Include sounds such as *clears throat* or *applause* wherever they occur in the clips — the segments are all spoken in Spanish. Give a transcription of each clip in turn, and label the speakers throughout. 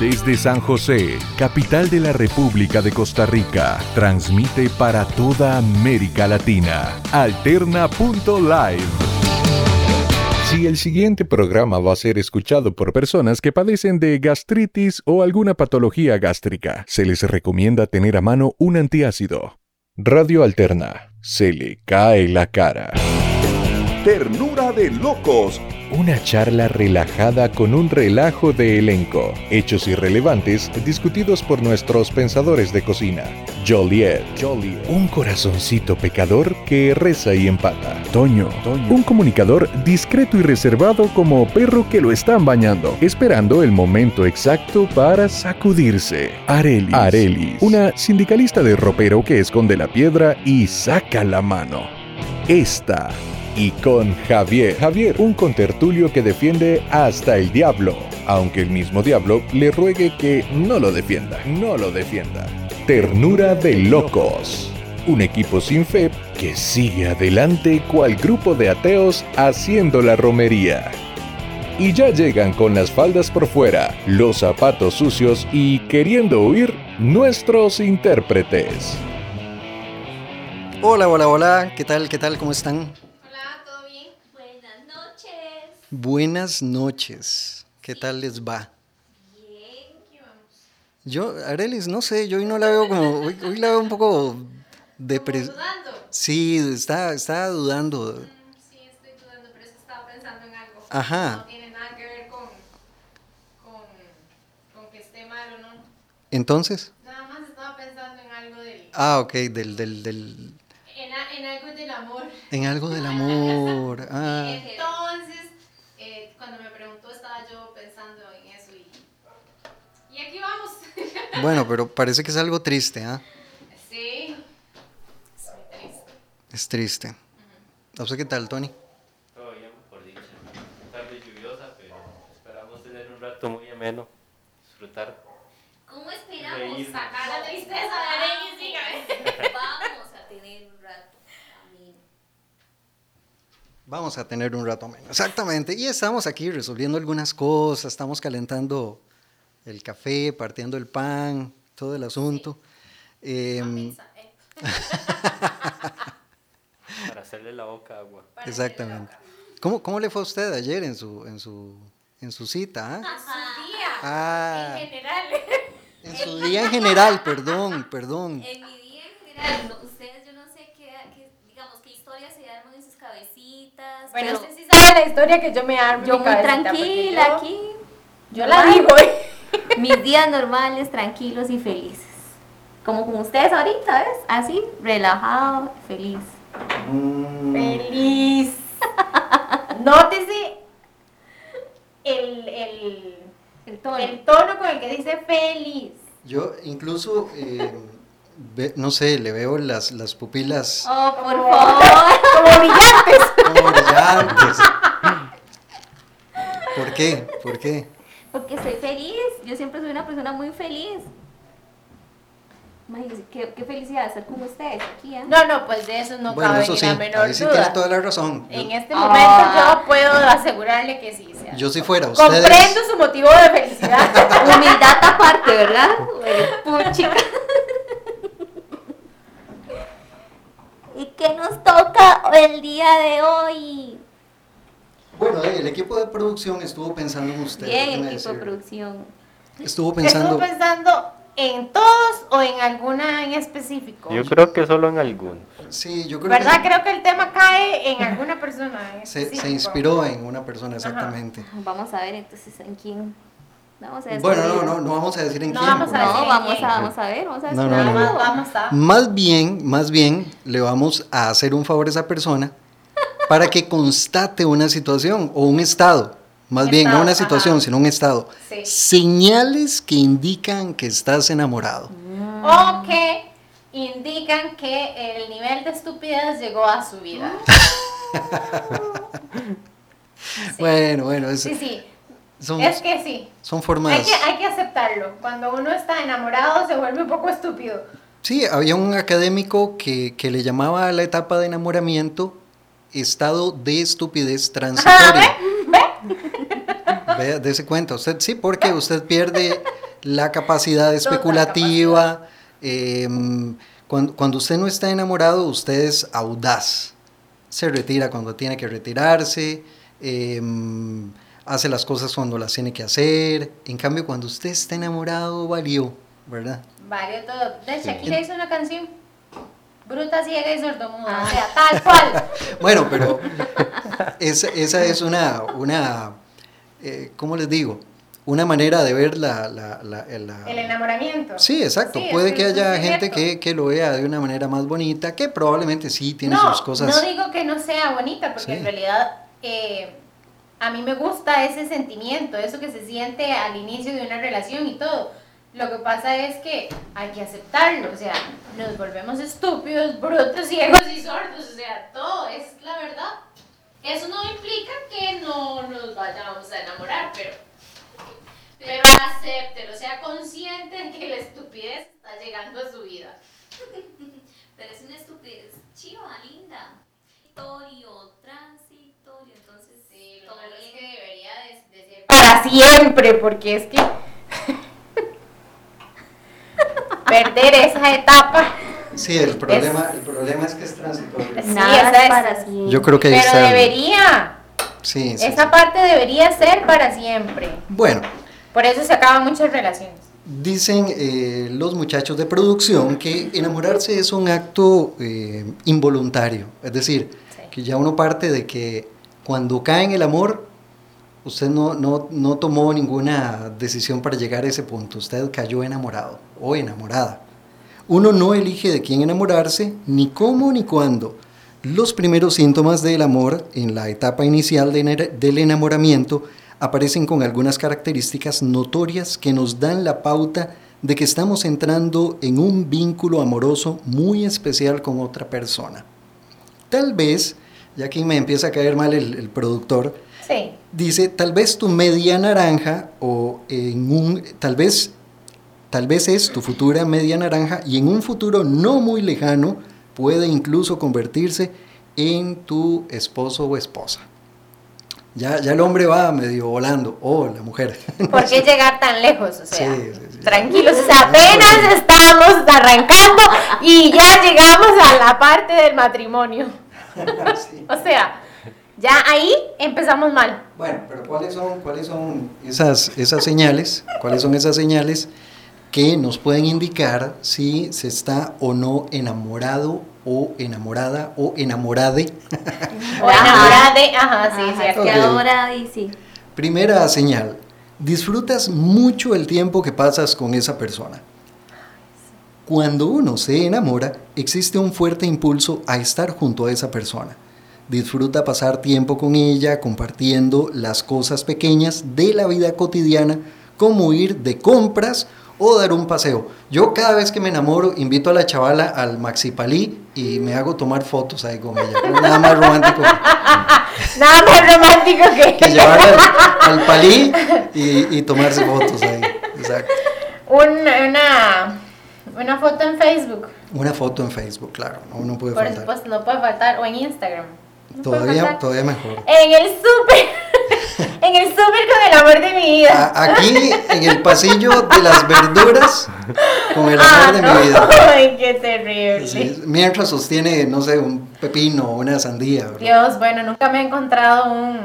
Speaker 1: Desde San José, capital de la República de Costa Rica, transmite para toda América Latina. Alterna.live. Si el siguiente programa va a ser escuchado por personas que padecen de gastritis o alguna patología gástrica, se les recomienda tener a mano un antiácido. Radio Alterna. Se le cae la cara.
Speaker 2: Ternura de locos.
Speaker 1: Una charla relajada con un relajo de elenco. Hechos irrelevantes discutidos por nuestros pensadores de cocina. Joliet, un corazoncito pecador que reza y empata. Toño, un comunicador discreto y reservado como perro que lo están bañando, esperando el momento exacto para sacudirse. Arelis, Arelis una sindicalista de ropero que esconde la piedra y saca la mano. Esta y con Javier. Javier, un contertulio que defiende hasta el diablo, aunque el mismo diablo le ruegue que no lo defienda, no lo defienda. Ternura de locos. Un equipo sin fe que sigue adelante cual grupo de ateos haciendo la romería. Y ya llegan con las faldas por fuera, los zapatos sucios y queriendo huir nuestros intérpretes.
Speaker 3: Hola, hola, hola. ¿Qué tal? ¿Qué tal? ¿Cómo están?
Speaker 4: Hola, ¿todo bien? Buenas noches.
Speaker 3: Buenas noches. ¿Qué tal les va?
Speaker 4: Bien, ¿qué vamos?
Speaker 3: Yo, Arelis, no sé, yo hoy no la veo como. Hoy, hoy la veo un poco depres.
Speaker 4: Dudando.
Speaker 3: Sí, está, está dudando.
Speaker 4: Mm, Sí, estoy dudando, pero es que estaba pensando en algo.
Speaker 3: Ajá.
Speaker 4: No tiene nada que ver con, con, con que esté mal o no.
Speaker 3: Entonces.
Speaker 4: Nada más estaba pensando en algo del...
Speaker 3: Ah, ok, del, del, del.
Speaker 4: En, a- en algo del amor.
Speaker 3: En algo del amor. Ah,
Speaker 4: Entonces, eh, cuando me preguntó estaba yo pensando en eso y... Y aquí vamos. *laughs*
Speaker 3: bueno, pero parece que es algo triste, ¿ah?
Speaker 4: sí. Es muy triste.
Speaker 3: Es triste. No sé qué tal, Tony.
Speaker 5: Todo bien, por dicha. Tarde lluviosa, pero esperamos tener un rato muy ameno, disfrutar.
Speaker 6: ¿Cómo esperamos
Speaker 5: Reírnos.
Speaker 6: sacar
Speaker 4: La
Speaker 6: la
Speaker 4: tristeza de Arelis, dígame.
Speaker 6: Vamos a tener un rato. amén.
Speaker 3: Vamos a tener un rato menos. Exactamente. Y estamos aquí resolviendo algunas cosas. Estamos calentando el café, partiendo el pan, todo el asunto. Em,
Speaker 4: Pizza, eh,
Speaker 5: Para hacerle la boca agua.
Speaker 4: para
Speaker 3: exactamente. ¿Cómo, cómo le fue a usted ayer en su, en su, en su cita? ah?
Speaker 4: Su día.
Speaker 3: Ah.
Speaker 4: En general.
Speaker 3: En su día en general, perdón, perdón.
Speaker 4: Eh,
Speaker 6: En mi día en general, no, ustedes yo no sé qué, qué- digamos, qué historias se arman en sus cabecitas.
Speaker 4: Bueno,
Speaker 6: pero
Speaker 4: usted sí sabe la historia que yo me armo.
Speaker 6: yo
Speaker 4: mi
Speaker 6: muy
Speaker 4: cabecita,
Speaker 6: tranquila
Speaker 4: porque
Speaker 6: aquí.
Speaker 4: Yo, yo la digo, ¿eh?
Speaker 6: Mis días normales, tranquilos y felices. Como con ustedes ahorita, ¿ves? Así, relajado, feliz.
Speaker 4: Feliz. Nótese el, el,
Speaker 6: El tono.
Speaker 4: el tono con el que dice feliz.
Speaker 3: Yo incluso, em, ve- no sé, le veo las, las pupilas
Speaker 6: Oh, por favor.
Speaker 4: Como brillante.
Speaker 3: como brillantes. ¿Por qué? ¿Por qué?
Speaker 6: Porque soy feliz. Yo siempre soy una persona muy feliz. Imagínense, qué, qué felicidad estar con ustedes aquí. ¿eh?
Speaker 4: No, no, pues de eso no
Speaker 3: Bueno,
Speaker 4: cabe
Speaker 3: eso
Speaker 4: ni
Speaker 3: sí,
Speaker 4: la menor
Speaker 3: ahí sí tiene
Speaker 4: duda.
Speaker 3: toda la razón. Yo-
Speaker 4: En este
Speaker 6: Ah.
Speaker 4: momento yo puedo asegurarle que sí. o sea,
Speaker 3: Yo si fuera ustedes.
Speaker 4: comprendo su motivo
Speaker 3: *laughs*
Speaker 4: de felicidad.
Speaker 6: Humildad aparte, ¿verdad? Bueno, pues, puchica. ¿Y qué nos toca el día de hoy?
Speaker 3: Bueno, eh, el equipo de producción estuvo pensando en ustedes.
Speaker 6: Bien,
Speaker 3: déjenme
Speaker 6: equipo de
Speaker 3: decirlo.
Speaker 6: producción.
Speaker 3: Estuvo
Speaker 4: Estuvo
Speaker 3: pensando.
Speaker 4: pensando en todos o en alguna en específico.
Speaker 5: Yo creo que solo en algunos.
Speaker 3: Sí, yo creo
Speaker 4: ¿Verdad?
Speaker 3: que
Speaker 4: Creo que el tema cae en alguna persona. en
Speaker 3: se, se
Speaker 4: específico.
Speaker 3: inspiró en una persona exactamente.
Speaker 6: Vamos a ver entonces en quién. Vamos a
Speaker 3: Bueno, no,
Speaker 6: descubrir.
Speaker 3: no, no vamos a decir en
Speaker 4: No
Speaker 3: quién.
Speaker 4: vamos a
Speaker 3: porque-
Speaker 6: No,
Speaker 4: decir
Speaker 6: vamos
Speaker 4: quién.
Speaker 6: a, vamos a ver, vamos a
Speaker 3: No, no,
Speaker 6: descubrir.
Speaker 3: no,
Speaker 4: Vamos,
Speaker 3: no.
Speaker 4: vamos ¿ah? a.
Speaker 3: Más bien, más bien, le vamos a hacer un favor a esa persona para que constate una situación o un estado. Más bien, no
Speaker 4: Estado,
Speaker 3: una
Speaker 4: ajá.
Speaker 3: situación, sino un estado.
Speaker 4: Sí.
Speaker 3: Señales que indican que estás enamorado.
Speaker 4: Mm, O que indican que el nivel de estupidez llegó a su vida.
Speaker 3: Bueno, bueno, es-
Speaker 4: Sí, sí.
Speaker 3: son,
Speaker 4: Es que sí.
Speaker 3: son
Speaker 4: Hay
Speaker 3: formas.
Speaker 4: que, hay que aceptarlo. Cuando uno está enamorado se vuelve un poco estúpido.
Speaker 3: Sí, había un académico que, que le llamaba a la etapa de enamoramiento estado de estupidez transitoria.
Speaker 4: ¿Ve?
Speaker 3: Vea, Dese cuenta, usted sí, porque usted pierde la capacidad especulativa.
Speaker 6: capacidad.
Speaker 3: eh, cuando, cuando usted no está enamorado, usted es audaz. Se retira cuando tiene que retirarse, eh, hace las cosas cuando las tiene que hacer. En cambio, cuando usted está enamorado, valió, ¿verdad?
Speaker 7: Vale todo. De
Speaker 3: Sí.
Speaker 7: Shakira hizo una canción. Bruta, ciega y sordomuda.
Speaker 6: Ah.
Speaker 7: O sea, tal cual.
Speaker 3: Bueno, pero esa, esa es una, una eh, ¿cómo les digo? Una manera de ver la... la- la- la-
Speaker 7: El enamoramiento.
Speaker 3: Sí, exacto.
Speaker 7: Sí,
Speaker 3: Puede
Speaker 7: es
Speaker 3: que
Speaker 7: un
Speaker 3: haya gente
Speaker 7: sentimiento.
Speaker 3: que, que lo vea de una manera más bonita, que probablemente sí tiene
Speaker 7: no,
Speaker 3: sus cosas.
Speaker 7: No digo que no sea bonita, porque
Speaker 3: Sí.
Speaker 7: en realidad eh, a mí me gusta ese sentimiento, eso que se siente al inicio de una relación y todo. Lo que pasa es que hay que aceptarlo, o sea, nos volvemos estúpidos, brutos, ciegos
Speaker 4: y sordos, o sea, todo es la verdad. Eso no implica que no nos vayamos a enamorar, pero, pero acéptelo, sea consciente de que la estupidez está llegando a su vida.
Speaker 8: Pero es una estupidez chiva, linda. Torio, transitorio, entonces
Speaker 4: Sí, lo
Speaker 8: todo
Speaker 4: malo
Speaker 8: bien.
Speaker 4: es que debería de, de ser
Speaker 7: para siempre, porque es que perder esa etapa,
Speaker 3: Sí, el problema, el problema es que es transitorio.
Speaker 7: Sí,
Speaker 6: Nada
Speaker 7: esa es-
Speaker 6: para siempre.
Speaker 3: Yo creo que ahí
Speaker 7: pero
Speaker 3: está el-
Speaker 7: debería,
Speaker 3: Sí, sí, sí.
Speaker 7: esa parte debería ser para siempre.
Speaker 3: Bueno,
Speaker 7: Por eso se acaban muchas relaciones.
Speaker 3: dicen eh, los muchachos de producción que enamorarse es un acto eh, involuntario. Es decir,
Speaker 7: Sí.
Speaker 3: que ya uno parte de que cuando cae en el amor, usted no, no, no tomó ninguna decisión para llegar a ese punto. Usted cayó enamorado o enamorada. Uno no elige de quién enamorarse, ni cómo ni cuándo. Los primeros síntomas del amor en la etapa inicial de ener- del enamoramiento aparecen con algunas características notorias que nos dan la pauta de que estamos entrando en un vínculo amoroso muy especial con otra persona. Tal vez, ya aquí me empieza a caer mal el, el productor,
Speaker 7: Sí.
Speaker 3: *laughs* dice, tal vez tu media naranja o en un, tal vez, tal vez es tu futura media naranja y en un futuro no muy lejano puede incluso convertirse en tu esposo o esposa. Ya, ya el hombre va medio volando, o la mujer. *laughs*
Speaker 7: ¿Por qué llegar tan lejos? O sea,
Speaker 3: Sí, sí, sí.
Speaker 7: tranquilos, o
Speaker 3: No,
Speaker 7: sea, apenas
Speaker 3: bueno.
Speaker 7: estamos arrancando y ya llegamos a la parte del matrimonio.
Speaker 3: Sí.
Speaker 7: O sea, ya ahí empezamos mal.
Speaker 3: Bueno, pero ¿cuáles son, cuáles son esas, esas señales? ¿Cuáles son esas señales que nos pueden indicar si se está o no enamorado o enamorada o enamorade?
Speaker 7: O enamorada de, ajá, sí,
Speaker 6: Ajá,
Speaker 7: cierto.
Speaker 6: que
Speaker 3: Ok.
Speaker 6: ahora dice.
Speaker 3: Primera señal, disfrutas mucho el tiempo que pasas con esa persona. Cuando uno se enamora, existe un fuerte impulso a estar junto a esa persona. Disfruta pasar tiempo con ella, compartiendo las cosas pequeñas de la vida cotidiana, como ir de compras o dar un paseo. Yo cada vez que me enamoro, invito a la chavala al Maxipalí y me hago tomar fotos ahí con ella. No es Nada más romántico
Speaker 7: Nada más romántico que,
Speaker 3: que llevar al, al palí y, y tomarse fotos ahí. Exacto.
Speaker 7: un- una, una foto en Facebook.
Speaker 3: Una foto en Facebook, claro, no, no puede
Speaker 7: Por
Speaker 3: faltar.
Speaker 7: supuesto, no puede faltar. O en Instagram. No puede
Speaker 3: Todavía,
Speaker 7: faltar.
Speaker 3: todavía mejor.
Speaker 7: En el súper. *laughs* en el súper con el amor de mi vida.
Speaker 3: A- aquí, en el pasillo de las verduras, con Ah, el amor de
Speaker 7: Ah, no.
Speaker 3: mi vida.
Speaker 7: *laughs* Ay, qué terrible.
Speaker 3: Sí, mientras sostiene, no sé, un pepino o una sandía. ¿verdad?
Speaker 7: Dios, bueno, nunca me he encontrado un,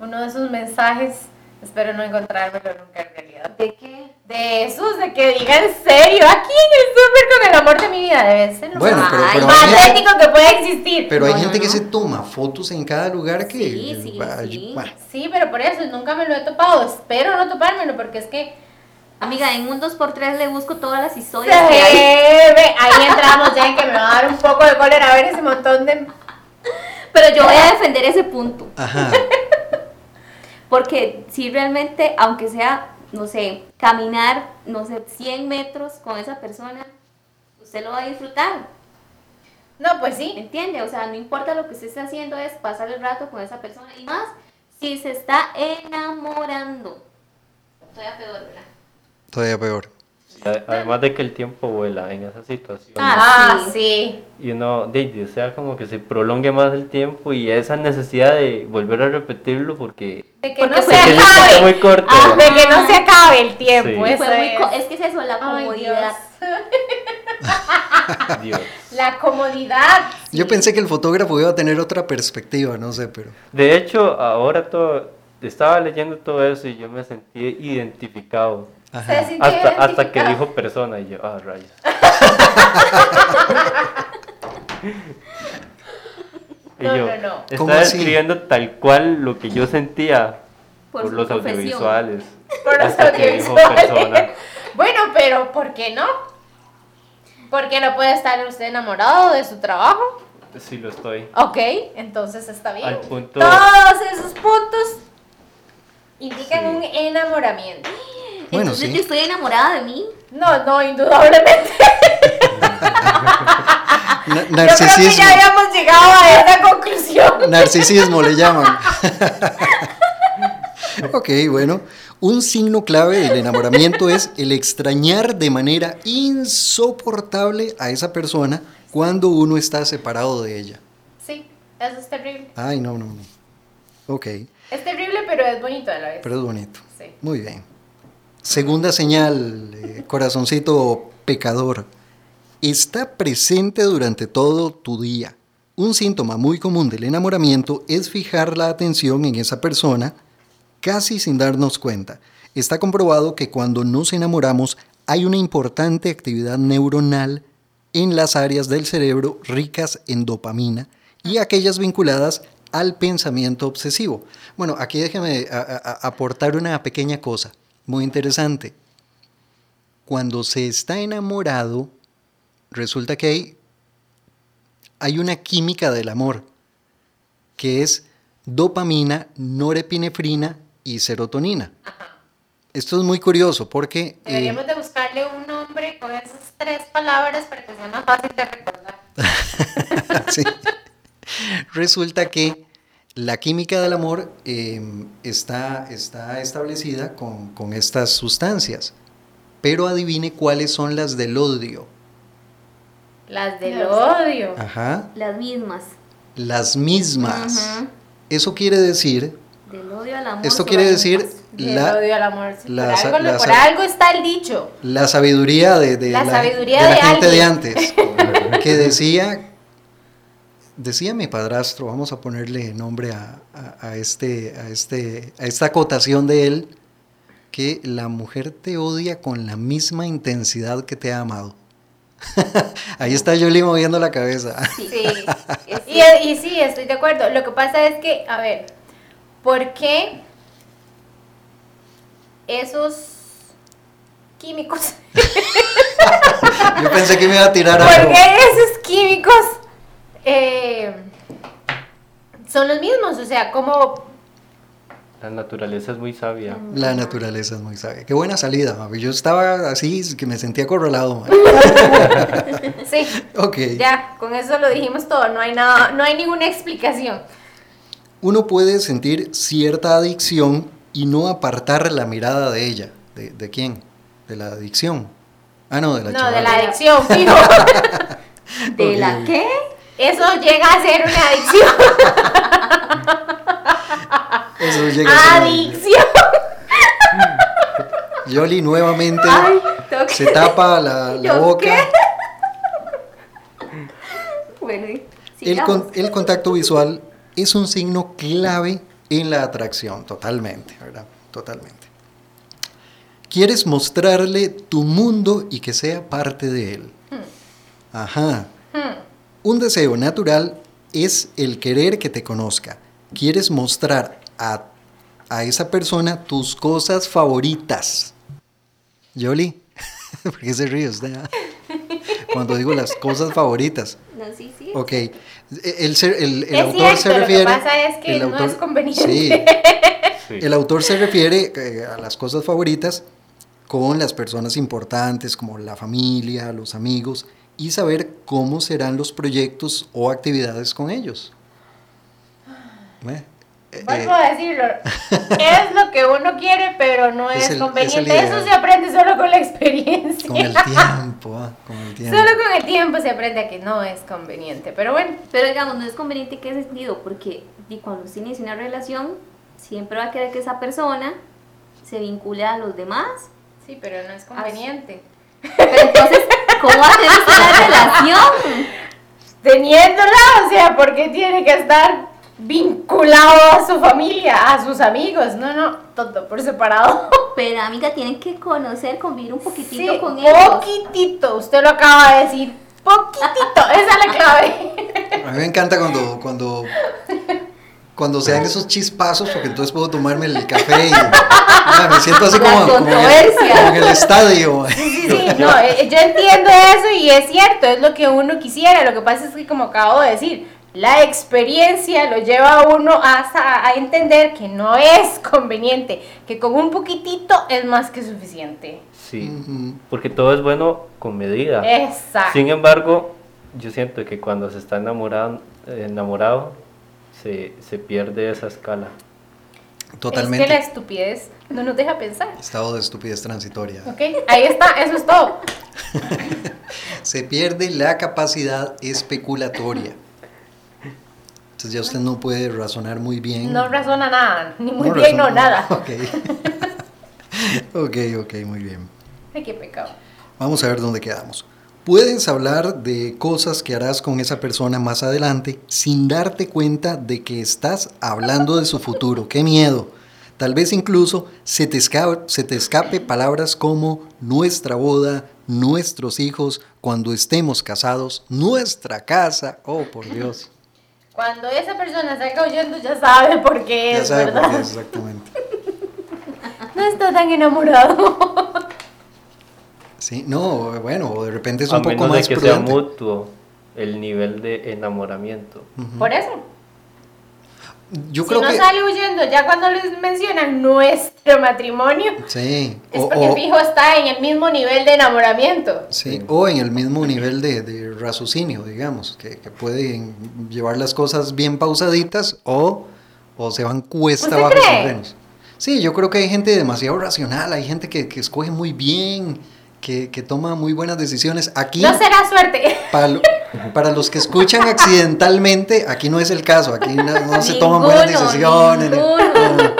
Speaker 7: uno de esos mensajes. Espero no encontrármelo nunca en realidad.
Speaker 6: ¿De qué?
Speaker 7: De esos, de que diga en serio, aquí en el súper con el amor de mi vida, debe ser lo
Speaker 3: Bueno,
Speaker 7: más
Speaker 3: pero- pero hay gente-
Speaker 7: patético que puede existir.
Speaker 3: Pero hay
Speaker 6: No, no,
Speaker 3: gente que
Speaker 6: no.
Speaker 3: se toma fotos en cada lugar que...
Speaker 6: Sí, sí,
Speaker 3: Ay,
Speaker 6: sí.
Speaker 3: bueno,
Speaker 7: Sí, pero por eso nunca me lo he topado. Espero no topármelo porque es que
Speaker 6: Amiga, en un 2x3 le busco todas las
Speaker 7: se
Speaker 6: historias que hay.
Speaker 7: ve. Ahí entramos ya en que me va a dar un poco de cólera a ver ese montón de.
Speaker 6: Pero yo voy a defender ese punto.
Speaker 3: Ajá,
Speaker 6: Porque si realmente, aunque sea, no sé, caminar, no sé, 100 metros con esa persona, usted lo va a disfrutar.
Speaker 7: No, pues sí.
Speaker 6: ¿Entiende? O sea, no importa lo que usted esté haciendo, es pasar el rato con esa persona. Y más, si se está enamorando.
Speaker 8: Todavía peor, ¿verdad?
Speaker 3: todavía peor.
Speaker 5: A- Además de que el tiempo vuela en esa situación.
Speaker 6: Ah.
Speaker 7: Ah,
Speaker 6: sí.
Speaker 7: sí.
Speaker 5: Y uno de, desea como que se prolongue más el tiempo y esa necesidad de volver a repetirlo porque
Speaker 7: De que
Speaker 6: Porque
Speaker 7: no
Speaker 6: fue
Speaker 7: se
Speaker 5: porque
Speaker 6: que
Speaker 5: es
Speaker 7: acabe.
Speaker 5: muy corto.
Speaker 7: Ah, de que no se acabe. sabe el tiempo,
Speaker 5: Sí.
Speaker 7: eso
Speaker 6: Fue muy
Speaker 7: es.
Speaker 6: co- es que es eso, la
Speaker 7: Ay,
Speaker 6: comodidad.
Speaker 5: Dios.
Speaker 7: La comodidad.
Speaker 5: Ah,
Speaker 3: Yo pensé que el fotógrafo iba a tener otra perspectiva, no sé, pero
Speaker 5: De hecho, ahora todo, estaba leyendo todo eso y yo me sentí identificado.
Speaker 7: Se sintió
Speaker 5: Hasta, hasta que
Speaker 7: identificado.
Speaker 5: dijo persona y yo, ah,
Speaker 7: *laughs*
Speaker 5: rayos. Y
Speaker 7: No,
Speaker 5: yo,
Speaker 7: no, no.
Speaker 3: ¿Cómo
Speaker 5: Está
Speaker 3: así?
Speaker 5: describiendo tal cual lo que yo sentía por,
Speaker 6: Por su
Speaker 5: los
Speaker 6: profesión.
Speaker 5: audiovisuales.
Speaker 7: *laughs* Por los
Speaker 5: hasta que dijo
Speaker 7: audiovisuales.
Speaker 5: persona.
Speaker 7: Bueno, pero ¿por qué no? Porque no puede estar usted enamorado de su trabajo.
Speaker 5: Sí, lo estoy.
Speaker 7: Ok, entonces está bien.
Speaker 5: Al punto-
Speaker 7: Todos esos puntos indican
Speaker 5: Sí.
Speaker 7: un enamoramiento.
Speaker 3: bueno,
Speaker 6: Entonces
Speaker 3: sí.
Speaker 6: yo estoy enamorada de mí.
Speaker 7: No, no, indudablemente.
Speaker 3: Na-
Speaker 7: Yo creo que
Speaker 3: narcisismo,
Speaker 7: ya habíamos llegado a esa conclusión.
Speaker 3: narcisismo le
Speaker 7: *laughs*
Speaker 3: llaman. ok, bueno. Un signo clave del enamoramiento es el extrañar de manera insoportable a esa persona cuando uno está separado de ella.
Speaker 7: Sí, eso es terrible.
Speaker 3: Ay, no, no, no. Ok,
Speaker 7: Es terrible, pero es bonito a la vez.
Speaker 3: pero es bonito.
Speaker 7: Sí.
Speaker 3: Muy bien. Segunda señal, eh, corazoncito pecador. Está presente durante todo tu día. Un síntoma muy común del enamoramiento es fijar la atención en esa persona casi sin darnos cuenta. Está comprobado que cuando nos enamoramos hay una importante actividad neuronal en las áreas del cerebro ricas en dopamina y aquellas vinculadas al pensamiento obsesivo. Bueno, aquí déjeme a- a- a- aportar una pequeña cosa muy interesante. Cuando se está enamorado, resulta que hay, hay una química del amor, que es dopamina, norepinefrina y serotonina. Esto es muy curioso porque... eh,
Speaker 7: Deberíamos de buscarle un nombre con esas tres palabras para que sea más fácil de recordar.
Speaker 3: *laughs* Sí. Resulta que la química del amor eh, está, está establecida con, con estas sustancias. Pero adivine cuáles son las del odio.
Speaker 7: Las del
Speaker 8: Las-
Speaker 7: odio.
Speaker 3: Ajá.
Speaker 6: Las mismas.
Speaker 3: Las mismas.
Speaker 6: Ujú.
Speaker 3: Eso quiere decir,
Speaker 6: Del odio al amor.
Speaker 3: esto
Speaker 6: son
Speaker 3: quiere
Speaker 6: las
Speaker 3: decir
Speaker 6: mismas.
Speaker 7: Del
Speaker 3: la,
Speaker 7: odio al amor. sí,
Speaker 3: la sa-
Speaker 7: por algo,
Speaker 3: la
Speaker 7: por
Speaker 3: sa-
Speaker 7: algo está el dicho.
Speaker 3: la sabiduría de, de
Speaker 7: La sabiduría
Speaker 3: de la
Speaker 7: de
Speaker 3: gente de
Speaker 7: alguien. *laughs*
Speaker 3: antes. Que decía, decía mi padrastro, vamos a ponerle nombre a, a- a este, a, este, a esta acotación de él, que la mujer te odia con la misma intensidad que te ha amado. *laughs* Ahí está Jolie moviendo la cabeza. *laughs*
Speaker 7: Sí. y, y sí, estoy de acuerdo. Lo que pasa es que, a ver, ¿por qué esos químicos?
Speaker 3: Yo pensé que me iba a tirar
Speaker 7: ¿Por
Speaker 3: algo.
Speaker 7: qué esos químicos eh, son los mismos? O sea, como
Speaker 5: La naturaleza es muy sabia.
Speaker 7: Mm.
Speaker 3: La naturaleza es muy sabia. Qué buena salida, mami. Yo estaba así, que me sentía acorralado. mami.
Speaker 7: Sí,
Speaker 3: *laughs* Ok.
Speaker 7: ya, con eso lo dijimos todo, no hay nada, no hay ninguna explicación.
Speaker 3: uno puede sentir cierta adicción y no apartar la mirada de ella. ¿De, de quién? De la adicción. Ah, no, de la
Speaker 7: No,
Speaker 3: chavala.
Speaker 7: de la adicción, fijo.
Speaker 6: ¿De la
Speaker 3: Ok.
Speaker 6: qué?
Speaker 7: Eso llega a ser una adicción.
Speaker 3: Eso llega a ser-
Speaker 7: Adicción.
Speaker 3: *laughs* Yoli nuevamente
Speaker 6: Ay, tengo que-
Speaker 3: se tapa la, la
Speaker 6: ¿Yo
Speaker 3: boca.
Speaker 6: *laughs* Bueno, y
Speaker 3: El,
Speaker 6: sigamos.
Speaker 3: con- el contacto visual es un signo clave en la atracción, totalmente, ¿verdad? Totalmente. Quieres mostrarle tu mundo y que sea parte de él. Ajá. Un deseo natural es el querer que te conozca. Quieres mostrar a, a esa persona tus cosas favoritas. Yoli, *laughs* ¿por qué se ríe usted? ah? Cuando digo las cosas favoritas.
Speaker 6: No, sí, sí.
Speaker 3: Ok. E-, El, ser- el- el
Speaker 7: Es
Speaker 3: autor
Speaker 7: cierto,
Speaker 3: se
Speaker 7: lo que
Speaker 3: refiere.
Speaker 7: pasa es que
Speaker 3: el
Speaker 7: no es conveniente.
Speaker 5: Sí.
Speaker 3: el autor se refiere eh, a las cosas favoritas con las personas importantes, como la familia, los amigos, y saber cómo serán los proyectos o actividades con ellos.
Speaker 7: Ah.
Speaker 3: ¿Ve? Eh,
Speaker 7: Vuelvo a decirlo. Es lo que uno quiere, pero no
Speaker 3: Es
Speaker 7: es,
Speaker 3: el- es el
Speaker 7: conveniente.
Speaker 3: ideal.
Speaker 7: Eso se aprende solo con la experiencia. *laughs*
Speaker 3: con el tiempo, ah, con el tiempo.
Speaker 7: Solo con el tiempo se aprende a que no es conveniente. Pero bueno,
Speaker 6: Pero digamos, no es conveniente que ese sentido, porque di, cuando se inicia una relación, siempre va a querer que esa persona se vincula a los demás.
Speaker 7: Sí, pero no es conveniente.
Speaker 6: Pero entonces, *laughs* ¿cómo hacer usted la relación?
Speaker 7: Teniéndola, o sea, porque tiene que estar vinculado a su familia, a sus amigos? No, no, todo por separado.
Speaker 6: Pero amiga, tienen que conocer, convivir un poquitito
Speaker 7: Sí,
Speaker 6: con ellos.
Speaker 7: poquitito, usted lo acaba de decir. Poquitito, *laughs* esa es la clave.
Speaker 3: A mí me encanta cuando, cuando, cuando se dan esos chispazos, porque entonces puedo tomarme el café y ah, me siento así
Speaker 6: La
Speaker 3: como, como, en, el-
Speaker 6: controversia.
Speaker 3: como en el estadio.
Speaker 7: *laughs* Sí, sí, no, eh, yo entiendo eso y es cierto, es lo que uno quisiera. Lo que pasa es que, como acabo de decir, la experiencia lo lleva a uno hasta a entender que no es conveniente, que con un poquitito es más que suficiente.
Speaker 5: Sí,
Speaker 3: Ujú.
Speaker 5: porque todo es bueno con medida.
Speaker 7: Exacto.
Speaker 5: Sin embargo, yo siento que cuando se está enamorado, enamorado se, se pierde esa escala.
Speaker 3: Totalmente.
Speaker 7: Es que la estupidez no nos deja pensar.
Speaker 3: Estado de estupidez transitoria.
Speaker 7: Ok, ahí está, eso es todo.
Speaker 3: Se pierde la capacidad especulatoria. Entonces ya usted no puede razonar muy bien.
Speaker 7: No razona nada, ni muy
Speaker 3: No
Speaker 7: bien,
Speaker 3: razona
Speaker 7: no nada.
Speaker 3: Ok. *laughs* ok, ok, muy bien.
Speaker 7: Ay, qué pecado.
Speaker 3: Vamos a ver dónde quedamos. Puedes hablar de cosas que harás con esa persona más adelante sin darte cuenta de que estás hablando de su futuro. ¡Qué miedo! Tal vez incluso se te, esca- se te escape palabras como nuestra boda, nuestros hijos, cuando estemos casados, nuestra casa. Oh, por Dios.
Speaker 7: *laughs* Cuando esa persona salga huyendo ya sabe por qué
Speaker 3: Ya
Speaker 7: es,
Speaker 3: sabe por
Speaker 7: ¿verdad?
Speaker 3: qué es exactamente.
Speaker 7: No está tan enamorado.
Speaker 3: Sí, no, bueno, o de repente es
Speaker 5: A
Speaker 3: un poco
Speaker 5: menos de
Speaker 3: más
Speaker 5: que sea
Speaker 3: prudente.
Speaker 5: mutuo el nivel de enamoramiento.
Speaker 7: Por eso.
Speaker 3: Yo
Speaker 7: si
Speaker 3: creo
Speaker 7: no
Speaker 3: que.
Speaker 7: sale huyendo, ya cuando les mencionan nuestro matrimonio,
Speaker 3: Sí,
Speaker 7: es
Speaker 3: o-
Speaker 7: porque
Speaker 3: o-
Speaker 7: fijo está en el mismo nivel de enamoramiento.
Speaker 3: Sí, o en el mismo nivel de, de raciocinio, digamos, que, que pueden llevar las cosas bien pausaditas o, o se van cuesta
Speaker 7: ¿Usted
Speaker 3: abajo
Speaker 7: cree?
Speaker 3: sus frenos. Sí, yo creo que hay gente demasiado racional, hay gente que, que escoge muy bien, que, que toma muy buenas decisiones. Aquí,
Speaker 7: No será suerte. *laughs*
Speaker 3: para, lo- para los que escuchan accidentalmente, aquí no es el caso, aquí no, no se toman
Speaker 7: *laughs*
Speaker 3: buenas
Speaker 6: Ninguno,
Speaker 3: decisiones. ni-
Speaker 6: ninguno.
Speaker 3: no, no.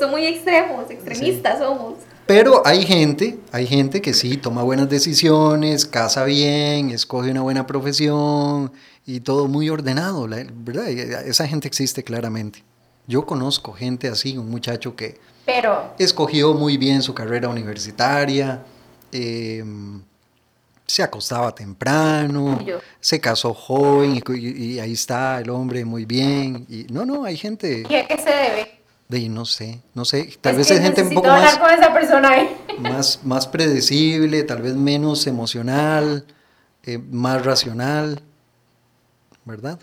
Speaker 6: Son muy extremos, extremistas somos.
Speaker 3: Pero hay gente, hay gente que sí toma buenas decisiones, casa bien, escoge una buena profesión y todo muy ordenado, la- ¿verdad? Y Esa gente existe claramente. Yo conozco gente así, un muchacho que
Speaker 7: Pero
Speaker 3: escogió muy bien su carrera universitaria, em, se acostaba temprano,
Speaker 6: Y yo.
Speaker 3: se casó joven y, cu- y- y ahí está el hombre muy bien. Y, no, no, hay gente
Speaker 7: ¿y a qué se debe?
Speaker 3: de, no sé, no sé, tal
Speaker 7: Es
Speaker 3: vez
Speaker 7: que
Speaker 3: hay gente un
Speaker 7: necesito
Speaker 3: poco más
Speaker 7: hablar con esa persona ahí.
Speaker 3: más, más predecible, tal vez menos emocional, eh, más racional, ¿verdad?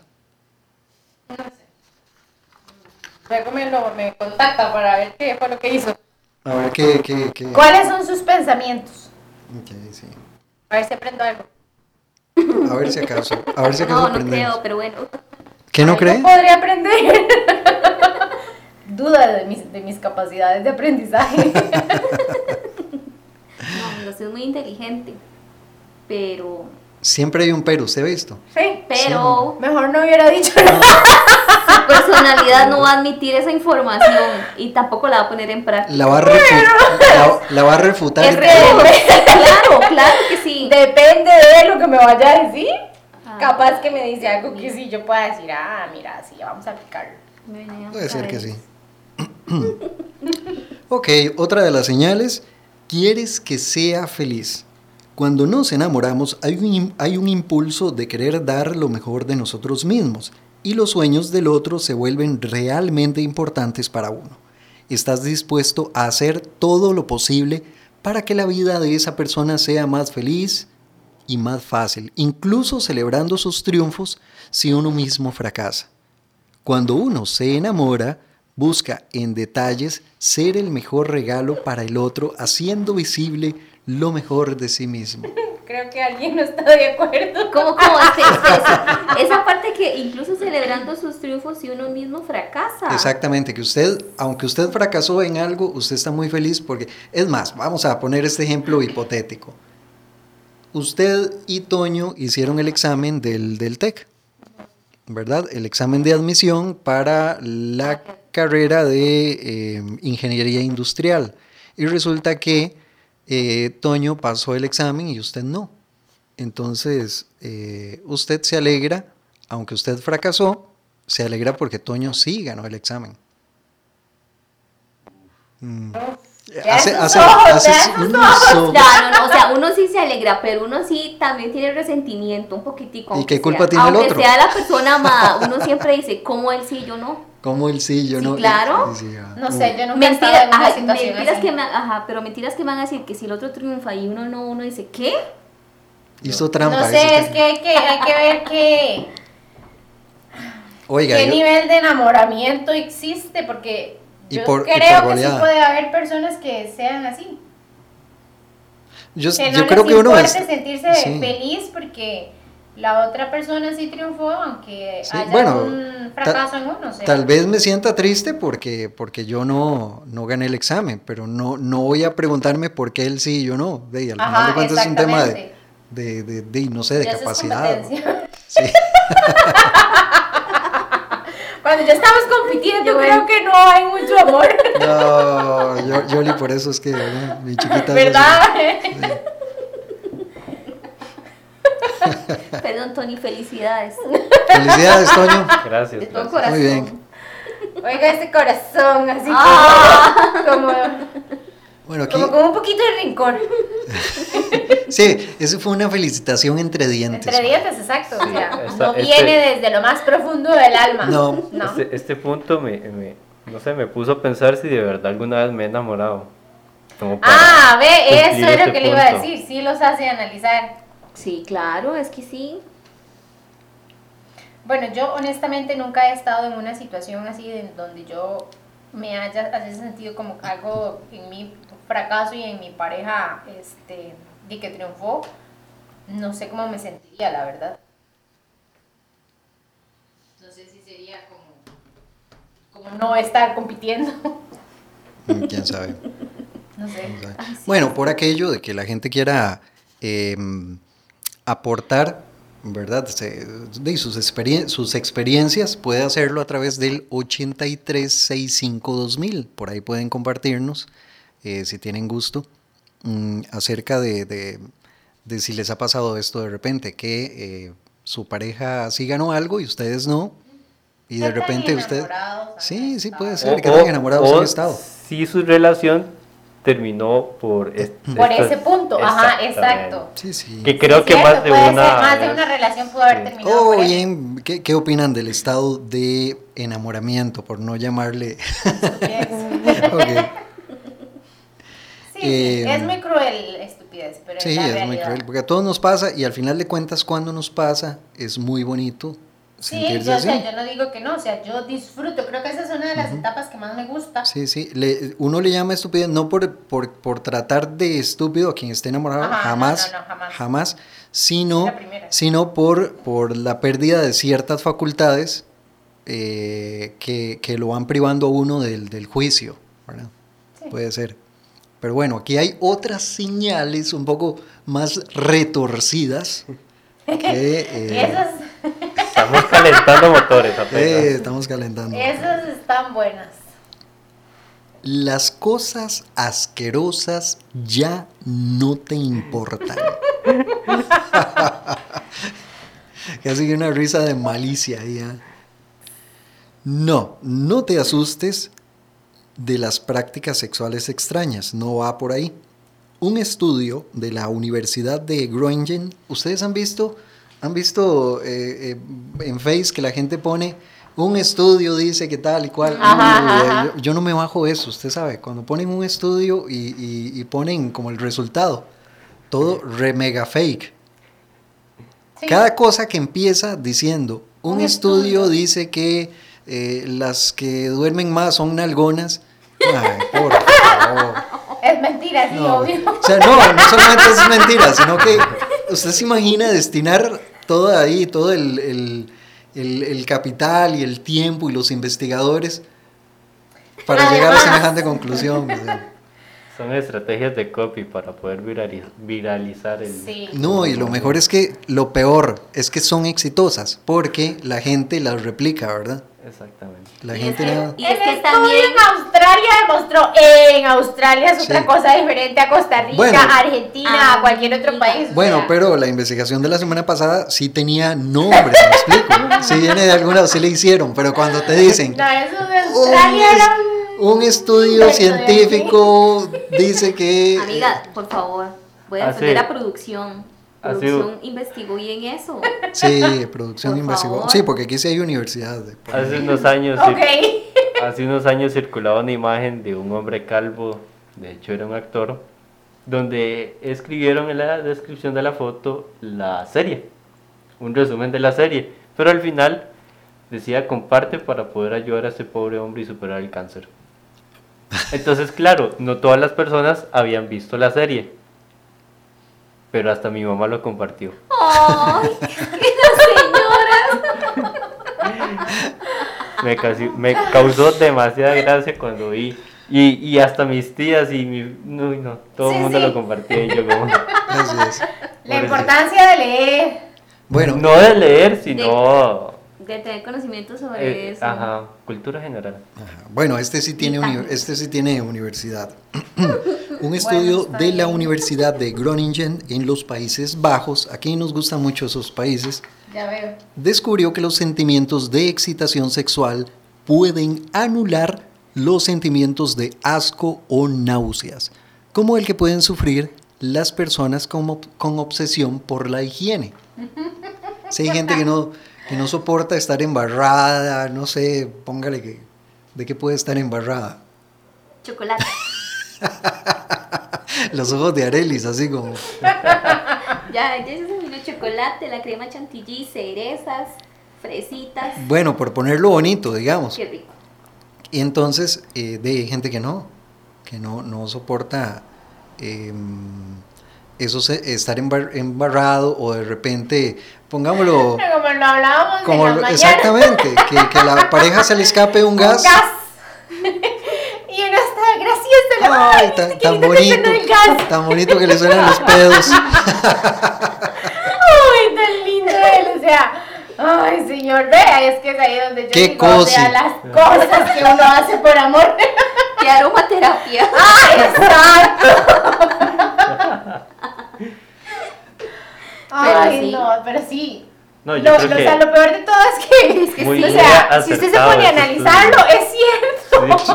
Speaker 7: Luego me, lo, me contacta para ver qué fue lo que hizo.
Speaker 3: A ver qué... qué, qué?
Speaker 7: ¿Cuáles son sus pensamientos?
Speaker 3: Ok, sí.
Speaker 7: A ver si aprendo algo.
Speaker 3: A ver si acaso, a ver si acaso
Speaker 6: No, no
Speaker 3: aprendemos.
Speaker 6: creo, pero bueno.
Speaker 3: ¿Qué no
Speaker 7: Algo
Speaker 3: cree?
Speaker 7: podría aprender. *laughs* Duda de mis, de mis capacidades de aprendizaje. *laughs*
Speaker 6: No, amigo, usted es muy inteligente. Pero,
Speaker 3: Siempre hay un pero, ¿usted ha visto?
Speaker 7: sí.
Speaker 6: pero
Speaker 7: Mejor no hubiera dicho nada.
Speaker 6: su personalidad no va a admitir esa información y tampoco la va a poner en práctica.
Speaker 3: La va a, refu- la, la va a refutar.
Speaker 6: Es
Speaker 3: en
Speaker 6: real.
Speaker 3: todo.
Speaker 6: claro, claro que sí.
Speaker 7: Depende de lo que me vaya a decir.
Speaker 6: Ah.
Speaker 7: Capaz que me dice algo que sí yo pueda decir, ah, mira, sí, vamos a aplicarlo.
Speaker 3: Puede ser que sí. *laughs* ok, otra de las señales, quieres que sea feliz. Cuando nos enamoramos hay un, im- hay un impulso de querer dar lo mejor de nosotros mismos y los sueños del otro se vuelven realmente importantes para uno. Estás dispuesto a hacer todo lo posible para que la vida de esa persona sea más feliz y más fácil, incluso celebrando sus triunfos si uno mismo fracasa. Cuando uno se enamora, busca en detalles ser el mejor regalo para el otro, haciendo visible lo mejor de sí mismo.
Speaker 7: Creo que alguien no está de acuerdo.
Speaker 6: Como, como este- este- este- esa parte que incluso celebrando sus triunfos si uno mismo fracasa.
Speaker 3: Exactamente, que usted, aunque usted fracasó en algo, usted está muy feliz porque, es más, vamos a poner este ejemplo hipotético. Usted y Toño hicieron el examen del, del TEC, ¿verdad? El examen de admisión para la carrera de eh, ingeniería industrial. Y resulta que eh, Toño pasó el examen y usted no. Entonces, eh, usted se alegra, aunque usted fracasó, se alegra porque Toño sí ganó el examen. Mm.
Speaker 7: Ya esos ojos, ya esos
Speaker 3: unos
Speaker 6: No,
Speaker 3: ojos.
Speaker 6: Ah, pues no, no, o sea, uno sí se alegra, pero uno sí también tiene resentimiento un poquitico.
Speaker 3: ¿Y
Speaker 6: aunque
Speaker 3: qué culpa
Speaker 6: sea.
Speaker 3: tiene el
Speaker 6: Aunque
Speaker 3: otro?
Speaker 6: sea la persona amada, uno siempre dice, ¿cómo él sí, yo no?
Speaker 3: ¿Cómo el sí, yo
Speaker 6: Sí,
Speaker 3: no?
Speaker 6: claro.
Speaker 3: Y- y sí, ah,
Speaker 7: No
Speaker 3: uh,
Speaker 7: sé, yo nunca he estado
Speaker 6: Mentiras,
Speaker 7: en una
Speaker 6: ajá,
Speaker 7: situación
Speaker 6: mentiras
Speaker 7: así.
Speaker 6: que me, ajá, pero mentiras que me van a decir que si el otro triunfa y uno no, uno dice, ¿qué?
Speaker 7: *laughs*
Speaker 3: Hizo trampa.
Speaker 7: no
Speaker 3: ese
Speaker 7: sé, es
Speaker 3: Toño.
Speaker 7: que hay que, hay que ver
Speaker 3: *laughs*
Speaker 7: qué,
Speaker 3: Oiga,
Speaker 7: qué
Speaker 3: yo-
Speaker 7: nivel de enamoramiento existe, porque
Speaker 3: Y
Speaker 7: yo
Speaker 3: por- y
Speaker 7: creo
Speaker 3: por
Speaker 7: que sí
Speaker 3: goleada.
Speaker 7: puede haber personas que sean así.
Speaker 3: yo,
Speaker 7: Que no
Speaker 3: yo creo
Speaker 7: les
Speaker 3: que uno
Speaker 7: importe
Speaker 3: es...
Speaker 7: sentirse
Speaker 3: sí.
Speaker 7: feliz porque la otra persona sí triunfó, aunque
Speaker 3: Sí,
Speaker 7: haya
Speaker 3: bueno,
Speaker 7: un fracaso en uno. o sea.
Speaker 3: Tal vez me sienta triste porque, porque yo no, no gané el examen, pero no, no voy a preguntarme por qué él sí y yo no. De, y al final de
Speaker 7: Ajá,
Speaker 3: cuentas es un tema de,
Speaker 7: exactamente.
Speaker 3: de, de- de, no sé, de
Speaker 7: Ya eso es
Speaker 3: capacidad. ¿no?
Speaker 7: competencia.
Speaker 3: Sí.
Speaker 7: Cuando ya estamos compitiendo,
Speaker 6: Yo
Speaker 7: creo
Speaker 6: ven-
Speaker 7: que no hay mucho amor,
Speaker 3: No, yo, Yoli, por eso es que ¿verdad? mi chiquita. es así.
Speaker 7: ¿verdad?
Speaker 6: Perdón, Tony, felicidades.
Speaker 3: Felicidades, Toño.
Speaker 5: Gracias. pues,
Speaker 7: De
Speaker 5: gracias.
Speaker 7: todo
Speaker 3: Muy
Speaker 7: corazón.
Speaker 3: bien.
Speaker 7: Oiga este corazón, así como- Ah. como,
Speaker 3: Bueno, aquí.
Speaker 7: como con un poquito de rincón.
Speaker 3: Sí, eso fue una felicitación entre dientes.
Speaker 7: Entre dientes, exacto.
Speaker 5: Sí,
Speaker 7: o sea,
Speaker 5: esta-
Speaker 7: no
Speaker 5: este-
Speaker 7: viene desde lo más profundo del alma.
Speaker 3: No.
Speaker 7: No.
Speaker 5: Este, este punto me, me- no sé, me puso a pensar si de verdad alguna vez me he enamorado. Como para-
Speaker 7: Ah, ve, eso
Speaker 5: cumplir
Speaker 7: es lo
Speaker 5: este
Speaker 7: que le iba a
Speaker 5: punto.
Speaker 7: decir. Sí los hace analizar.
Speaker 6: Sí, claro, es que sí.
Speaker 7: Bueno, yo honestamente nunca he estado en una situación así de- donde yo me haya, haya sentido como algo en mi fracaso y en mi pareja este, de que triunfó. No sé cómo me sentiría, la verdad.
Speaker 8: No sé si sería como.
Speaker 7: Como no estar compitiendo.
Speaker 3: Mm, ¿Quién sabe?
Speaker 7: *laughs* No sé. Ah,
Speaker 3: quién sabe. Bueno, por aquello de que la gente quiera em, aportar, ¿verdad? Se- de sus, experien- sus experiencias, puede hacerlo a través del 83652000. Por ahí pueden compartirnos, eh, si tienen gusto, mm, acerca de, de- de si les ha pasado esto de repente, que eh, su pareja sí ganó algo y ustedes no. Y de
Speaker 7: Están
Speaker 3: repente usted...
Speaker 7: enamorados,
Speaker 3: Sí, sí, puede
Speaker 7: enamorados.
Speaker 3: ser que tan enamorados
Speaker 5: o
Speaker 3: han estado.
Speaker 5: Si su relación terminó
Speaker 3: Eh,
Speaker 5: por, es-
Speaker 7: Por
Speaker 5: estas-
Speaker 7: ese punto, ajá,
Speaker 5: Exactamente.
Speaker 7: exacto.
Speaker 3: Sí, sí.
Speaker 5: Que creo
Speaker 7: Sí,
Speaker 5: que
Speaker 7: cierto,
Speaker 5: más de,
Speaker 7: puede
Speaker 5: una,
Speaker 7: ser,
Speaker 5: *laughs*
Speaker 7: más de una
Speaker 5: vez-
Speaker 7: relación pudo haber
Speaker 5: Sí.
Speaker 7: terminado.
Speaker 3: Oh,
Speaker 7: por eso.
Speaker 3: bien, ¿Qué, qué opinan del estado de enamoramiento, por no llamarle? *laughs*
Speaker 7: Yes.
Speaker 3: Ok.
Speaker 7: Sí, sí,
Speaker 3: Eh,
Speaker 7: es muy cruel estupidez, pero
Speaker 3: Sí,
Speaker 7: es, la
Speaker 3: es muy
Speaker 7: realidad.
Speaker 3: cruel, porque a todos nos pasa y al final de cuentas cuando nos pasa es muy bonito
Speaker 7: Sí,
Speaker 3: sentirse
Speaker 7: yo, o
Speaker 3: así.
Speaker 7: sea, yo no digo que no, o sea, yo disfruto, creo que esa es una de las etapas que más me gusta.
Speaker 3: Sí, sí, le- uno le llama estupidez no por, por, por tratar de estúpido a quien esté enamorado,
Speaker 7: Ajá, no,
Speaker 3: jamás,
Speaker 7: no, no, jamás.
Speaker 3: sino,
Speaker 7: La primera.
Speaker 3: sino por, por la pérdida de ciertas facultades eh, que, que lo van privando a uno del, del juicio, ¿verdad?
Speaker 7: Sí.
Speaker 3: Puede ser. Pero bueno, aquí hay otras señales un poco más
Speaker 7: *laughs*
Speaker 3: retorcidas. que,
Speaker 7: Y
Speaker 3: eh,
Speaker 7: esas,
Speaker 5: Estamos calentando motores
Speaker 3: *laughs*
Speaker 5: apenas.
Speaker 3: eh, estamos calentando.
Speaker 7: esas están buenas.
Speaker 3: Las cosas asquerosas ya no te importan. Casi que una risa de malicia ahí. ¿ah? No, no te asustes de las prácticas sexuales extrañas, no va por ahí. Un estudio de la Universidad de Groningen, ustedes han visto, han visto eh, eh, en Face que la gente pone un estudio dice que tal y cual.
Speaker 7: Ajá,
Speaker 3: Uy,
Speaker 7: ajá, ajá.
Speaker 3: Yo, yo no me bajo eso, usted sabe, cuando ponen un estudio y, y- y ponen como el resultado, todo re mega fake.
Speaker 7: Sí.
Speaker 3: Cada cosa que empieza diciendo, un
Speaker 7: Un
Speaker 3: estudio
Speaker 7: estudio.
Speaker 3: dice que eh, las que duermen más son nalgonas. Ay,
Speaker 7: *laughs*
Speaker 3: por favor.
Speaker 7: Es mentira, sí,
Speaker 3: No,
Speaker 7: obvio.
Speaker 3: o sea, no, no solamente es mentira, sino que usted se imagina destinar todo ahí, todo el, el- el- el capital y el tiempo y los investigadores para llegar a
Speaker 7: Además.
Speaker 3: semejante conclusión. o sea.
Speaker 5: Son estrategias de copy para poder virali- viralizar el...
Speaker 7: Sí.
Speaker 3: No, y lo mejor es que lo peor es que son exitosas porque la gente las replica, ¿verdad?
Speaker 5: Exactamente.
Speaker 3: La
Speaker 6: Y es
Speaker 3: gente
Speaker 6: que-
Speaker 3: la-
Speaker 6: Y es
Speaker 7: el
Speaker 6: que
Speaker 7: estudio
Speaker 6: también-
Speaker 7: en Australia demostró, eh, en Australia es
Speaker 3: Sí.
Speaker 7: otra cosa diferente a Costa Rica,
Speaker 3: Bueno.
Speaker 7: a Argentina, a cualquier otro
Speaker 6: Amiga.
Speaker 7: país. o
Speaker 3: Bueno,
Speaker 7: sea,
Speaker 3: pero la investigación de la semana pasada sí tenía nombre, me explico. Si viene de algún lado, sí le hicieron, pero cuando te dicen "Oh,
Speaker 7: No, eso de
Speaker 3: un,
Speaker 7: Australia
Speaker 3: es-
Speaker 7: era
Speaker 3: un estudio
Speaker 7: resto de aquí".
Speaker 3: científico dice que... eh,
Speaker 6: Amiga, por favor, voy a
Speaker 5: Así.
Speaker 6: defender a producción.
Speaker 5: Así.
Speaker 6: Producción investigó bien eso.
Speaker 3: Sí, producción
Speaker 6: Por
Speaker 3: invasiva.
Speaker 6: favor.
Speaker 3: Sí, porque aquí sí hay universidades.
Speaker 5: Hace unos años... sí-
Speaker 7: Ok.
Speaker 5: Hace unos años circulaba una imagen de un hombre calvo, de hecho era un actor, donde escribieron en la descripción de la foto la serie, un resumen de la serie, pero al final decía comparte para poder ayudar a ese pobre hombre y superar el cáncer. Entonces, claro, no todas las personas habían visto la serie, pero hasta mi mamá lo compartió.
Speaker 6: ¡Ay! *laughs* ¡Esas señoras!
Speaker 5: me, casi- me causó demasiada gracia cuando vi. Y, y hasta mis tías y mi... No, no, todo el
Speaker 7: Sí,
Speaker 5: mundo
Speaker 7: sí.
Speaker 5: lo compartía y yo como...
Speaker 3: Así es.
Speaker 7: La importancia de leer.
Speaker 3: Bueno,
Speaker 5: No de leer, sino...
Speaker 6: De tener conocimiento sobre
Speaker 5: eh,
Speaker 6: eso.
Speaker 5: ajá, cultura general.
Speaker 3: Ajá. Bueno, este sí tiene, uni-
Speaker 6: Titanes.
Speaker 3: este sí tiene universidad.
Speaker 7: *clears throat*
Speaker 3: Un estudio
Speaker 7: está
Speaker 3: de la
Speaker 7: bien.
Speaker 3: Universidad de Groningen en los Países Bajos, aquí nos gustan mucho esos países,
Speaker 7: Ya veo.
Speaker 3: descubrió que los sentimientos de excitación sexual pueden anular los sentimientos de asco o náuseas, como el que pueden sufrir las personas con, ob- con obsesión por la higiene. Si hay gente que no, que no soporta estar embarrada, no sé, póngale que, ¿de qué puede estar embarrada?
Speaker 6: Chocolate.
Speaker 3: Los ojos de Arelis, así como...
Speaker 6: Ya, ya se vino chocolate, la crema chantilly, cerezas, fresitas.
Speaker 3: Bueno, por ponerlo bonito, digamos.
Speaker 6: Qué rico.
Speaker 3: Y entonces, eh, de hay gente que no, que no, no soporta em, eso, se- estar embar- embarrado o de repente, pongámoslo,
Speaker 7: Pero como lo hablábamos
Speaker 3: como,
Speaker 7: de la
Speaker 3: lo-
Speaker 7: mañana.
Speaker 3: exactamente, que, que a la pareja se le escape
Speaker 7: *laughs*
Speaker 3: un gas.
Speaker 7: y uno está gracioso. lo-
Speaker 3: Ay, tan,
Speaker 7: qué
Speaker 3: tan
Speaker 7: lindo que
Speaker 3: bonito,
Speaker 7: suena el gas.
Speaker 3: tan bonito que le suenan los pedos.
Speaker 7: Uy, tan lindo él. O sea, ay, señor, vea, es que es ahí donde yo
Speaker 3: Qué
Speaker 7: digo, o sea,
Speaker 3: cosi.
Speaker 7: las cosas que uno hace por amor.
Speaker 6: Qué aromaterapia.
Speaker 7: ¡Ay, exacto! Ay,
Speaker 6: sí.
Speaker 7: no, pero sí.
Speaker 5: No, yo
Speaker 7: lo,
Speaker 5: creo
Speaker 7: lo- o
Speaker 5: que-
Speaker 7: sea, lo peor de todo es que, es que
Speaker 5: Muy
Speaker 7: sí, o
Speaker 5: bien
Speaker 7: sea, si usted se
Speaker 5: acertado
Speaker 7: pone a
Speaker 5: ese
Speaker 7: analizarlo,
Speaker 5: estudio.
Speaker 7: es cierto.
Speaker 5: Sí.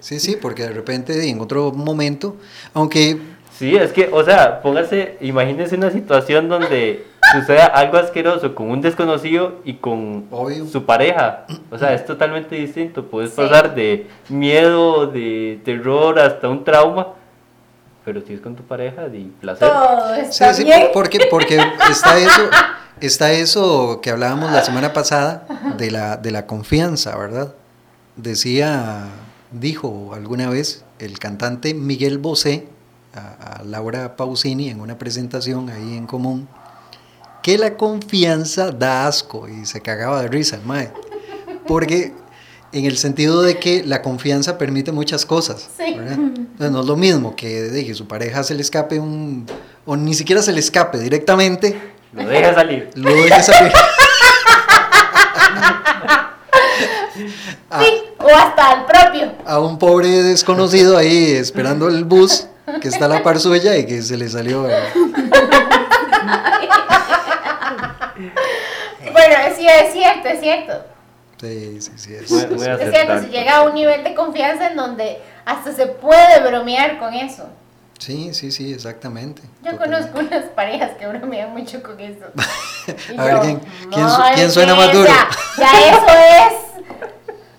Speaker 3: Sí, sí, sí, porque de repente en otro momento, aunque
Speaker 5: Sí, es que, o sea, póngase, imagínese una situación donde suceda algo asqueroso con un desconocido y con
Speaker 3: Obvio.
Speaker 5: su pareja. O sea, es totalmente distinto. Puedes
Speaker 7: Sí.
Speaker 5: pasar de miedo, de terror, hasta un trauma. Pero si es con tu pareja, de placer.
Speaker 7: Todo
Speaker 3: Sí,
Speaker 7: está
Speaker 3: sí,
Speaker 7: bien.
Speaker 3: porque, porque está eso, está eso que hablábamos la semana pasada de la, de la confianza, ¿verdad? Decía, dijo alguna vez el cantante Miguel Bosé a, a Laura Pausini en una presentación ahí en común, que la confianza da asco y se cagaba de risa el mae. Porque en el sentido de que la confianza permite muchas cosas.
Speaker 7: Sí.
Speaker 3: ¿verdad? Entonces, no es lo mismo que, de que su pareja se le escape un... o ni siquiera se le escape directamente,
Speaker 5: Lo deja salir.
Speaker 3: lo deja salir. a,
Speaker 7: Sí, o hasta el propio.
Speaker 3: a un pobre desconocido ahí esperando el bus que está a la par suya y que se le salió... ¿verdad?
Speaker 7: Bueno, sí, es cierto, es cierto.
Speaker 3: Sí, sí, sí. es-
Speaker 5: Muy- muy
Speaker 7: *laughs* Es cierto, se
Speaker 5: acertado.
Speaker 7: llega a un nivel de confianza en donde hasta se puede bromear con eso.
Speaker 3: Sí, sí, sí, exactamente.
Speaker 7: Yo
Speaker 3: Totalmente.
Speaker 7: conozco unas parejas que bromean mucho con eso. Y
Speaker 3: A ver,
Speaker 7: yo,
Speaker 3: ¿quién- quién su-
Speaker 7: "Madre
Speaker 3: quién suena más
Speaker 7: mía,
Speaker 3: duro?"
Speaker 7: Ya, ya eso es.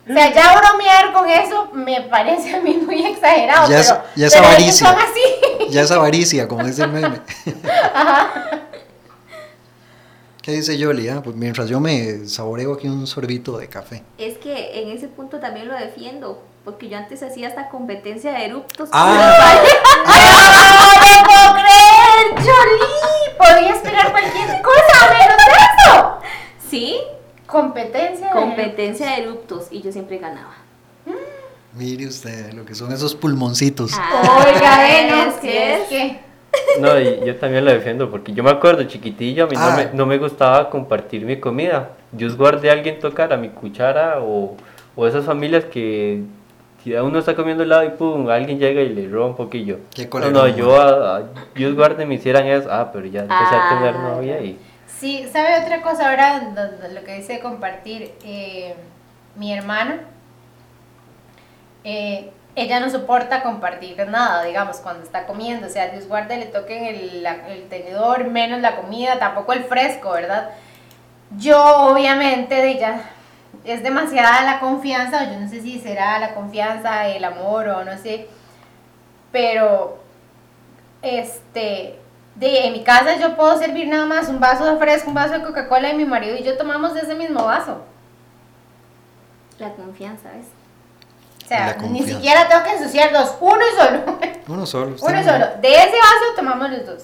Speaker 7: O sea, ya bromear con eso me parece a mí muy exagerado.
Speaker 3: Ya es-
Speaker 7: pero,
Speaker 3: ya es
Speaker 7: pero ellos
Speaker 3: avaricia.
Speaker 7: son así.
Speaker 3: Ya es avaricia, como dice el
Speaker 4: *laughs*
Speaker 3: meme. ¿Qué dice Yoli? ah? Pues mientras yo me saboreo aquí un sorbito de café.
Speaker 6: Es que en ese punto también lo defiendo. Porque yo antes hacía esta competencia de eructos.
Speaker 3: Ah.
Speaker 7: ¡No puedo creer, Jolie! Podía esperar cualquier cosa menos eso.
Speaker 6: Sí,
Speaker 7: Competencia. de-
Speaker 6: competencia de eructos. Y yo siempre ganaba.
Speaker 3: Mire usted lo que son esos pulmoncitos.
Speaker 4: *laughs* Ah. Oiga,
Speaker 6: Ay,
Speaker 4: venos,
Speaker 6: Ah, es
Speaker 4: ¿qué es?
Speaker 6: que-
Speaker 4: que
Speaker 5: No, y yo también la defiendo porque yo me acuerdo chiquitillo, a mí no,
Speaker 3: Ah.
Speaker 5: me, no me gustaba compartir mi comida. Yo guardé a alguien tocar a mi cuchara o, o esas familias que si uno está comiendo helado y pum, alguien llega y le roba un poquillo.
Speaker 3: Qué
Speaker 5: No,
Speaker 3: colerón,
Speaker 5: no,
Speaker 3: man.
Speaker 5: yo a, a Dios guarde me hicieran eso. Ah, pero ya empecé a tener
Speaker 6: Ah,
Speaker 5: novia y
Speaker 4: Sí, ¿sabe otra cosa ahora do- do- lo que dice compartir? Eh, mi hermana, eh, ella no soporta compartir nada, digamos, cuando está comiendo. O sea, Dios guarde, le toquen el, la- el tenedor, menos la comida, tampoco el fresco, ¿verdad? Yo, obviamente, de ella es demasiada la confianza, o yo no sé si será la confianza, el amor o no sé, pero este de, en mi casa yo puedo servir nada más un vaso de fresco, un vaso de Coca-Cola y mi marido y yo tomamos de ese mismo vaso.
Speaker 6: La confianza, ¿ves?
Speaker 4: O sea,
Speaker 3: La
Speaker 4: ni
Speaker 3: confianza.
Speaker 4: siquiera tengo que ensuciar dos, uno solo, *laughs*
Speaker 3: Uno solo. usted
Speaker 4: uno
Speaker 3: no-
Speaker 4: solo. De ese vaso tomamos los dos.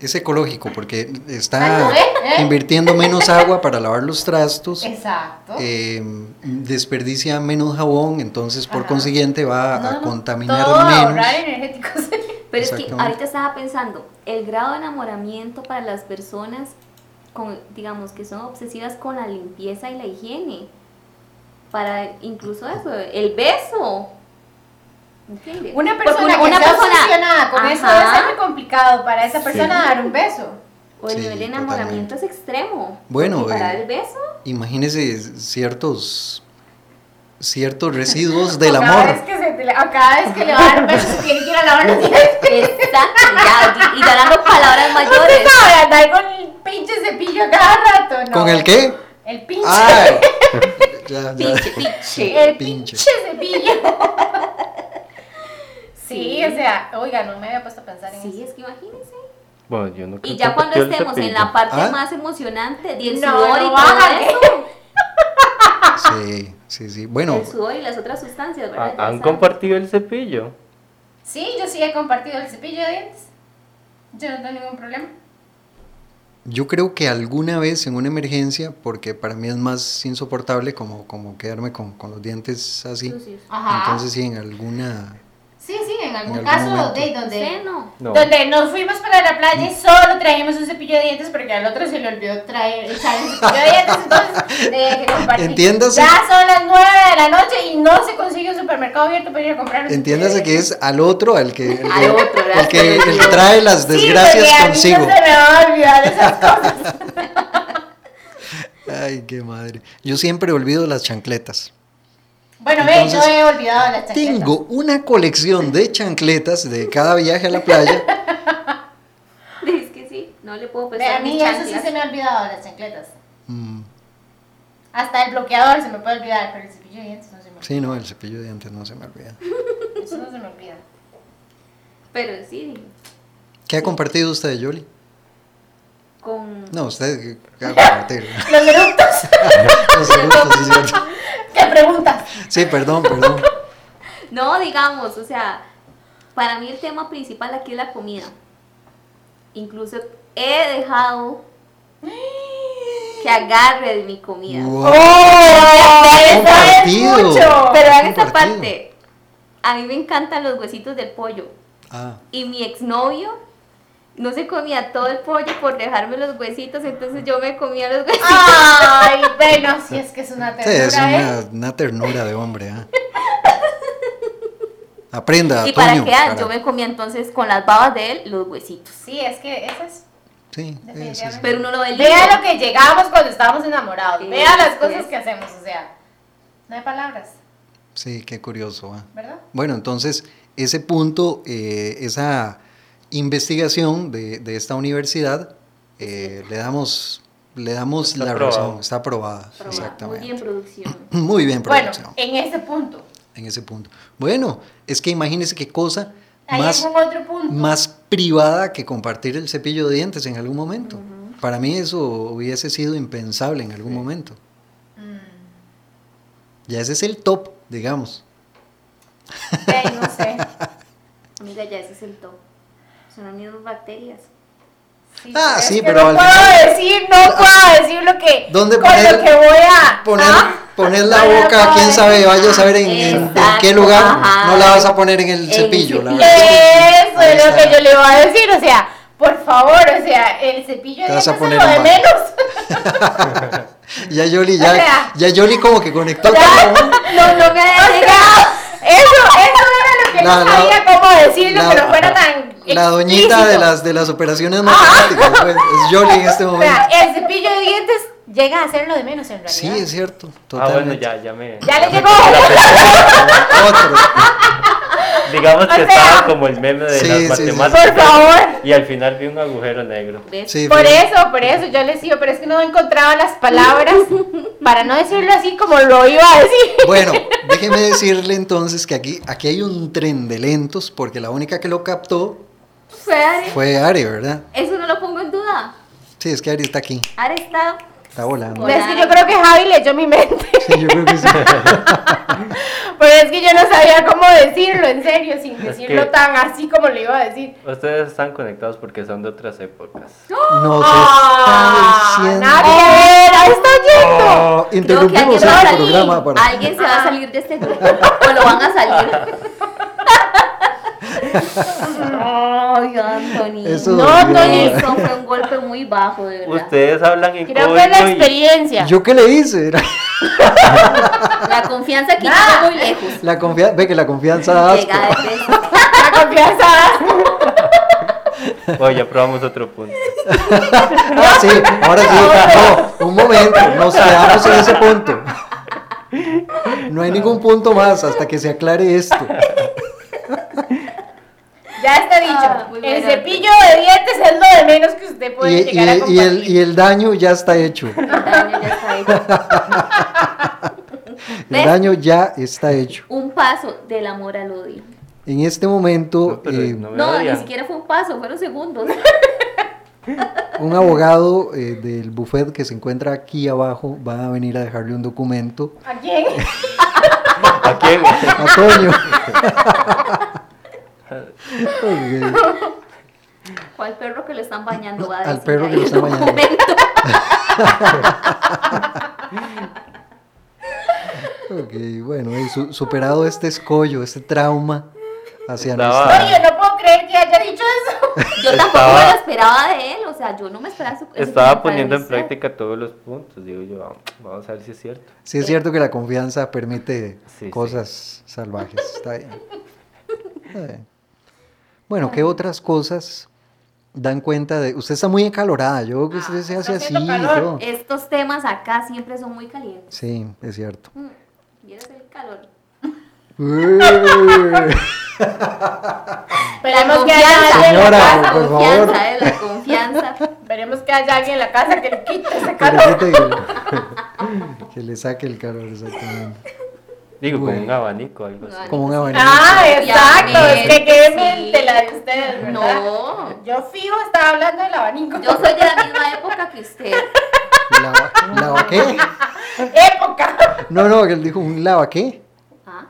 Speaker 3: Es ecológico porque está
Speaker 4: Ah, ¿no ve? ¿Eh?
Speaker 3: invirtiendo menos agua para lavar los trastos.
Speaker 4: Exacto.
Speaker 3: eh, desperdicia menos jabón, entonces por
Speaker 4: Ajá.
Speaker 3: consciente va
Speaker 4: No,
Speaker 3: a
Speaker 4: no,
Speaker 3: contaminar
Speaker 4: todo a
Speaker 3: menos.
Speaker 4: ahorrar *laughs* energéticos.
Speaker 6: Pero es que
Speaker 3: Exactamente.
Speaker 6: ahorita estaba pensando, el grado de enamoramiento para las personas con, digamos, que son obsesivas con la limpieza y la higiene. Para incluso eso, el beso. ¿Entiendes?
Speaker 4: Una
Speaker 6: Porque
Speaker 4: persona que está obsesionada con eso
Speaker 6: Ajá.
Speaker 4: debe ser muy complicado para esa persona dar un beso.
Speaker 6: O el
Speaker 3: Sí,
Speaker 6: nivel de enamoramiento es extremo.
Speaker 3: Bueno,
Speaker 6: Porque para
Speaker 3: eh,
Speaker 6: el
Speaker 3: *laughs*
Speaker 6: beso.
Speaker 3: Imagínese ciertos
Speaker 4: *laughs*
Speaker 3: ciertos residuos del
Speaker 4: O Cada vez
Speaker 3: amor.
Speaker 4: que, se te le- o cada vez que le va a dar un beso, se tiene que ir a lavar los dientes.
Speaker 6: Exacto, ya, y y ya dando
Speaker 4: *laughs*
Speaker 6: palabras
Speaker 4: Usted
Speaker 6: mayores.
Speaker 4: sabe andar con el pinche cepillo a cada rato, ¿no?
Speaker 3: ¿Con el qué?
Speaker 4: El pinche. *laughs*
Speaker 3: Ah, ya, ya.
Speaker 6: Pinche, pinche.
Speaker 4: el pinche, cepillo. *laughs* sí,
Speaker 6: Sí.
Speaker 4: o sea, oiga, no me había puesto a pensar en
Speaker 6: Sí,
Speaker 4: eso.
Speaker 6: es que imagínense.
Speaker 5: bueno, yo no creo
Speaker 6: Y ya
Speaker 5: que
Speaker 6: cuando
Speaker 5: yo el
Speaker 6: estemos en
Speaker 5: cepillo.
Speaker 6: la parte
Speaker 3: ¿Ah?
Speaker 6: más emocionante, y el
Speaker 4: No,
Speaker 6: sudor
Speaker 4: no
Speaker 6: y todo
Speaker 4: bájale.
Speaker 6: eso,
Speaker 3: Sí, sí, sí. Bueno,
Speaker 6: el sudor y las otras sustancias,
Speaker 5: ¿Han-
Speaker 6: ¿verdad? Ya
Speaker 5: Ah, ¿Han
Speaker 6: saben.
Speaker 5: compartido el cepillo?
Speaker 4: Sí, yo sí he compartido el cepillo de dientes. Yo no tengo ningún problema.
Speaker 3: yo creo que alguna vez en una emergencia, porque para mí es más insoportable como, como quedarme con, con los dientes así.
Speaker 6: Sucios.
Speaker 4: Ajá.
Speaker 3: Entonces sí, en alguna...
Speaker 4: sí, sí, en algún
Speaker 3: algún
Speaker 4: caso
Speaker 3: momento. Mm.
Speaker 4: de donde.
Speaker 6: Usted no.
Speaker 5: No. Ah,
Speaker 4: Donde nos fuimos para la playa y solo trajimos un cepillo de dientes porque al otro se le olvidó traer echar el cepillo de dientes, entonces tenía que compartir.
Speaker 3: Entiéndase.
Speaker 4: Ya son las 9 de la noche y no se consigue un supermercado abierto para ir a comprar. un
Speaker 3: Entiéndase
Speaker 4: cepillo
Speaker 3: que
Speaker 4: de
Speaker 3: es al otro al que... El
Speaker 6: Al otro, ¿verdad?
Speaker 3: el que, el que trae las
Speaker 4: dientes. Sí,
Speaker 3: desgracias
Speaker 4: porque a mí
Speaker 3: consigo.
Speaker 4: No se me va a olvidar esas
Speaker 3: *laughs*
Speaker 4: cosas.
Speaker 3: Ay, qué madre. Yo siempre olvido las chancletas.
Speaker 4: Bueno, ve, yo
Speaker 3: Entonces,
Speaker 4: he olvidado las chancletas.
Speaker 3: Tengo una colección de chancletas de cada viaje a la playa.
Speaker 6: *laughs*
Speaker 3: *laughs*
Speaker 6: Es que sí, no le puedo
Speaker 4: Ve, a
Speaker 6: prestar
Speaker 4: mí
Speaker 6: mis
Speaker 4: eso sí
Speaker 6: chanclas.
Speaker 4: se me ha olvidado las chancletas.
Speaker 3: Mm,
Speaker 4: Hasta el bloqueador se me puede olvidar, pero el cepillo de dientes no se me olvida.
Speaker 3: sí, no, el cepillo de dientes no se me olvida.
Speaker 4: Eso no se me olvida.
Speaker 6: Pero sí,
Speaker 3: ¿Qué ha compartido usted, Yoli?
Speaker 6: con...
Speaker 3: No, usted ¿qué ha compartido.
Speaker 4: Los eructos,
Speaker 3: *laughs* Los eructos, sí, cierto.
Speaker 4: ¿qué preguntas?
Speaker 3: Sí, perdón, perdón.
Speaker 6: *laughs* No, digamos, o sea, para mí el tema principal aquí es la comida. Incluso he dejado que agarre de mi comida.
Speaker 3: Wow.
Speaker 4: ¡Oh! ¡Eso es
Speaker 3: Compartido.
Speaker 4: mucho!
Speaker 6: Pero en esta
Speaker 3: compartido.
Speaker 6: parte, a mí me encantan los huesitos del pollo.
Speaker 3: Ah,
Speaker 6: Y mi exnovio no se comía todo el pollo por dejarme los huesitos, entonces yo me comía los huesitos.
Speaker 4: Ay, bueno, si es que es una
Speaker 3: sí,
Speaker 4: ternura,
Speaker 3: es
Speaker 4: ¿eh?
Speaker 3: una, una ternura de hombre. ah. Aprenda,
Speaker 6: y para
Speaker 3: Toño.
Speaker 6: que vean,
Speaker 3: para-
Speaker 6: yo me comía entonces con las babas de él los huesitos.
Speaker 4: Sí, es que esas.
Speaker 3: Sí, sí, sí, sí.
Speaker 6: Pero uno lo ve
Speaker 4: Vea lo que llegamos cuando estábamos enamorados.
Speaker 6: Sí,
Speaker 4: Vea las
Speaker 6: sí.
Speaker 4: cosas que hacemos, o sea. No hay palabras,
Speaker 3: Sí, qué curioso. ah.
Speaker 4: ¿verdad?
Speaker 3: Bueno, entonces, ese punto, eh, esa investigación de, de esta universidad, eh, le damos, le damos
Speaker 5: Está
Speaker 3: la
Speaker 5: aprobado.
Speaker 3: razón, está aprobada,
Speaker 6: Muy
Speaker 3: exactamente.
Speaker 6: bien producción.
Speaker 3: *clears throat* Muy bien,
Speaker 4: Bueno, eh.
Speaker 3: producción,
Speaker 4: en ese punto.
Speaker 3: en ese punto. Bueno, es que imagínese qué cosa
Speaker 4: Hay
Speaker 3: más,
Speaker 4: algún otro punto.
Speaker 3: más privada que compartir el cepillo de dientes en algún momento. Para mí eso hubiese sido impensable en algún momento.
Speaker 4: Mm,
Speaker 3: Ya ese es el top, digamos.
Speaker 4: ve, no sé.
Speaker 6: Amiga, ya ese es el top. Son las mismas bacterias.
Speaker 4: Sí,
Speaker 3: Ah,
Speaker 4: es
Speaker 3: sí,
Speaker 4: que
Speaker 3: pero
Speaker 4: no
Speaker 3: al
Speaker 4: puedo
Speaker 3: final-
Speaker 4: decir, no puedo decir lo que.
Speaker 3: ¿Dónde
Speaker 4: con
Speaker 3: poner-
Speaker 4: lo que voy a.
Speaker 3: Poner,
Speaker 4: ¿Ah?
Speaker 3: pones la
Speaker 6: No la
Speaker 3: boca, quién
Speaker 6: pones.
Speaker 3: sabe, vaya a saber en, en- en qué
Speaker 6: Exacto,
Speaker 3: lugar,
Speaker 6: ajá.
Speaker 3: no la vas a poner en el
Speaker 6: En
Speaker 3: cepillo, la
Speaker 6: el
Speaker 3: verdad.
Speaker 7: Eso
Speaker 3: Ahí
Speaker 7: es lo
Speaker 3: está.
Speaker 7: que yo le iba a decir, o sea, por favor, o sea, el cepillo
Speaker 3: Te
Speaker 7: de
Speaker 3: vas a
Speaker 7: dientes
Speaker 3: poner
Speaker 7: es lo de
Speaker 3: un
Speaker 7: menos. *laughs*
Speaker 3: Ya Yoli,
Speaker 7: O
Speaker 3: ya,
Speaker 7: sea,
Speaker 3: ya Yoli como que conectó
Speaker 7: *laughs*
Speaker 3: con
Speaker 6: No, no me
Speaker 7: Eso, eso era lo que
Speaker 3: La-
Speaker 7: yo
Speaker 3: la-
Speaker 7: sabía cómo decirlo,
Speaker 3: la-
Speaker 7: que no fuera tan
Speaker 3: la doñita de
Speaker 7: explícito.
Speaker 3: las, de las operaciones matemáticas, pues, es Yoli en este
Speaker 7: O sea,
Speaker 3: momento.
Speaker 7: el cepillo de dientes llega a ser lo de menos en realidad.
Speaker 3: Sí, es cierto,
Speaker 5: Ah, bueno,
Speaker 3: totalmente.
Speaker 5: ya, ya me.
Speaker 7: Ya le
Speaker 5: me
Speaker 7: llegó.
Speaker 5: quitó la presión.
Speaker 3: Otro.
Speaker 6: *laughs*
Speaker 5: Digamos que
Speaker 7: O sea,
Speaker 5: estaba como el meme de
Speaker 3: sí, sí, sí.
Speaker 5: las matemáticas.
Speaker 7: Por favor.
Speaker 5: Y al final vi un agujero negro.
Speaker 6: ¿Ves?
Speaker 3: Sí,
Speaker 7: Por
Speaker 3: fue-
Speaker 7: eso, por eso, yo les digo, pero es que no encontraba las
Speaker 3: *laughs*
Speaker 7: palabras para no decirlo así como lo iba a decir.
Speaker 3: Bueno, déjeme decirle entonces que aquí, aquí hay un tren de lentos, porque la única que lo captó
Speaker 6: Fue Are.
Speaker 3: fue Ari, ¿verdad?
Speaker 6: Eso no lo pongo en duda.
Speaker 3: Sí, es que Ari está aquí,
Speaker 6: Are está.
Speaker 3: está volando.
Speaker 6: Hola.
Speaker 7: Es que yo creo que Javi leyó mi mente. *laughs*
Speaker 3: Sí, yo creo que sí.
Speaker 7: Pero es que yo no sabía cómo decirlo, en serio, sin
Speaker 5: que-
Speaker 7: decirlo tan así como lo iba a decir.
Speaker 5: Ustedes están conectados porque son de otras épocas.
Speaker 3: No se
Speaker 7: ¡Ah!
Speaker 3: está diciendo.
Speaker 7: ¡Nadie era! ¡Está oyendo!
Speaker 3: Oh,
Speaker 6: Creo que
Speaker 3: interrumpimos
Speaker 6: alguien va a
Speaker 3: el
Speaker 6: salir.
Speaker 3: programa para.
Speaker 6: Alguien se va a salir de este grupo. O lo van
Speaker 5: *laughs*
Speaker 6: a salir. Ay, Anthony.
Speaker 3: Eso
Speaker 6: no,
Speaker 3: dolió.
Speaker 6: Anthony, eso fue un golpe muy bajo, de verdad.
Speaker 5: Ustedes hablan en
Speaker 7: Creo que es la
Speaker 5: código y-
Speaker 7: experiencia.
Speaker 3: ¿Yo qué le hice?
Speaker 6: La confianza aquí llega muy lejos.
Speaker 3: *laughs* La confianza, ve que la confianza da asco.
Speaker 6: Llega desde-
Speaker 7: La confianza.
Speaker 3: *laughs*
Speaker 5: Oye, ya probamos otro punto.
Speaker 3: Ah, sí, ahora sí. No, un momento, nos quedamos en ese punto. No hay ningún punto más hasta que se aclare esto.
Speaker 7: Ya está dicho.
Speaker 6: Ah, muy
Speaker 7: el
Speaker 6: bueno.
Speaker 7: cepillo de dientes es lo de menos que usted
Speaker 3: Y,
Speaker 7: puede llegar a
Speaker 3: y- y
Speaker 7: compartir.
Speaker 3: el, y el daño ya está hecho.
Speaker 6: El daño ya está hecho.
Speaker 3: El daño ya está hecho.
Speaker 6: Un paso del amor al odio.
Speaker 3: En este momento,
Speaker 5: No, pero
Speaker 3: eh,
Speaker 5: no me
Speaker 6: No, ni
Speaker 5: odian.
Speaker 6: siquiera fue un paso, fueron segundos.
Speaker 3: un abogado eh, del buffet que se encuentra aquí abajo va a venir a dejarle un documento
Speaker 7: ¿A quién?
Speaker 5: *laughs* ¿A quién?
Speaker 3: a Toño. Ok.
Speaker 6: ¿Cuál perro que lo están bañando? Va a
Speaker 3: Al
Speaker 6: decir
Speaker 3: perro
Speaker 6: ahí
Speaker 3: que lo está
Speaker 6: el
Speaker 3: bañando.
Speaker 6: documento.
Speaker 3: Ok, bueno, y su- superado este escollo, este trauma hacia
Speaker 5: Estaba-
Speaker 3: nuestra...
Speaker 7: Oye, no puedo creer que haya dicho eso.
Speaker 6: Yo tampoco
Speaker 5: Estaba-
Speaker 6: me lo esperaba de él, o sea, yo no me esperaba su. ese
Speaker 5: *laughs* Estaba
Speaker 6: comentario
Speaker 5: poniendo en
Speaker 6: inicial.
Speaker 5: práctica todos los puntos. Digo yo, vamos- vamos a ver si es cierto.
Speaker 3: Sí, es cierto que la confianza permite
Speaker 5: Sí, sí.
Speaker 3: cosas salvajes. Está bien. Está bien. Bueno, ¿qué otras cosas dan cuenta de.? Usted está muy encalorada. Yo veo que usted se hace así.
Speaker 7: Ah, haciendo calor. eh.
Speaker 3: yo-
Speaker 6: Estos temas acá siempre son muy calientes.
Speaker 3: Sí, es cierto.
Speaker 6: Mm, Vieras el calor.
Speaker 7: Esperemos que haya
Speaker 6: confianza.
Speaker 7: alguien en la
Speaker 3: Señora,
Speaker 7: casa.
Speaker 3: por favor.
Speaker 6: confianza, eh, la confianza.
Speaker 7: Esperemos que haya alguien en la casa que le quite ese *laughs* calor.
Speaker 3: Permite que, que le saque el *laughs* calor, exactamente.
Speaker 5: Digo,
Speaker 3: Bueno.
Speaker 5: con un abanico, algo así.
Speaker 3: Como un abanico.
Speaker 7: Ah, exacto. Es que qué
Speaker 6: Sí.
Speaker 7: mente la de ustedes, ¿verdad?
Speaker 6: No.
Speaker 7: Yo fijo estaba hablando del abanico.
Speaker 6: Yo soy de la misma época que usted.
Speaker 3: ¿Lava, lava qué?
Speaker 7: *laughs* época.
Speaker 3: No, no, él dijo un lava qué.
Speaker 6: ¿Ah?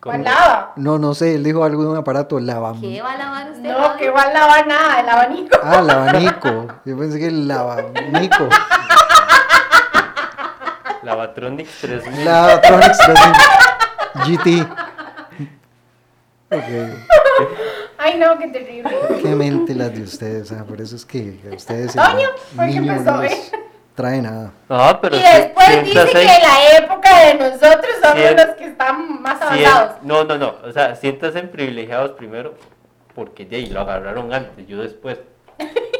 Speaker 5: Con-
Speaker 7: Balaba.
Speaker 3: No, no sé, él dijo algo de un aparato lava.
Speaker 6: ¿Qué va a lavar usted?
Speaker 7: No, que balaba nada, el abanico.
Speaker 3: Ah, el abanico. Yo pensé que el abanico.
Speaker 5: Lavatronics 3000.
Speaker 3: La Tronics 3000 GT. Ok,
Speaker 7: Ay, no, qué terrible.
Speaker 3: qué mente las de ustedes, ah, por eso es que a ustedes el
Speaker 7: Toño, ¿por qué
Speaker 3: niño
Speaker 7: empezó,
Speaker 3: no les
Speaker 7: eh?
Speaker 3: trae nada.
Speaker 5: No, pero
Speaker 7: Y
Speaker 5: sí-
Speaker 7: después dice
Speaker 5: siéntase-
Speaker 7: que la época de nosotros somos
Speaker 5: Cien-
Speaker 7: los que están más
Speaker 5: sien-
Speaker 7: avanzados.
Speaker 5: No, no, no. O sea, siéntanse privilegiados primero porque de ahí lo agarraron antes, yo después.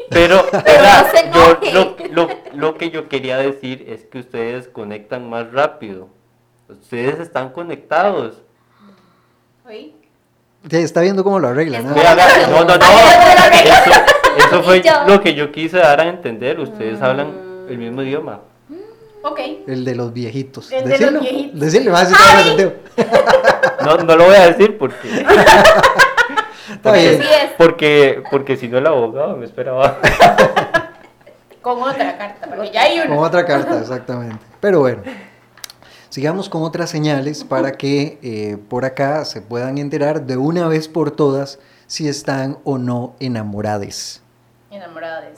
Speaker 5: Pero, o sea,
Speaker 6: no se
Speaker 5: yo- lo, lo- lo que yo quería decir es que ustedes conectan más rápido. Ustedes están conectados.
Speaker 7: Oí.
Speaker 3: Ya está viendo cómo lo arregla, ¿no?
Speaker 6: Es
Speaker 5: Vea, vea, no, no, no. Eso, eso fue
Speaker 6: Y yo.
Speaker 5: lo que yo quise dar a entender. Ustedes hablan el mismo idioma.
Speaker 7: Ok.
Speaker 3: El de los viejitos.
Speaker 7: El de los
Speaker 3: Decirlo,
Speaker 7: viejitos.
Speaker 3: decirlo, más si te habla contigo.
Speaker 5: No, no lo voy a decir porque,
Speaker 3: *laughs* Está bien.
Speaker 6: Así es.
Speaker 5: porque, porque si no el abogado me esperaba.
Speaker 7: Con otra carta, porque ya hay
Speaker 3: Con
Speaker 7: una.
Speaker 3: otra carta, exactamente. Pero bueno, sigamos con otras señales para que eh, por acá se puedan enterar de una vez por todas si están o no enamorades.
Speaker 7: Enamorada de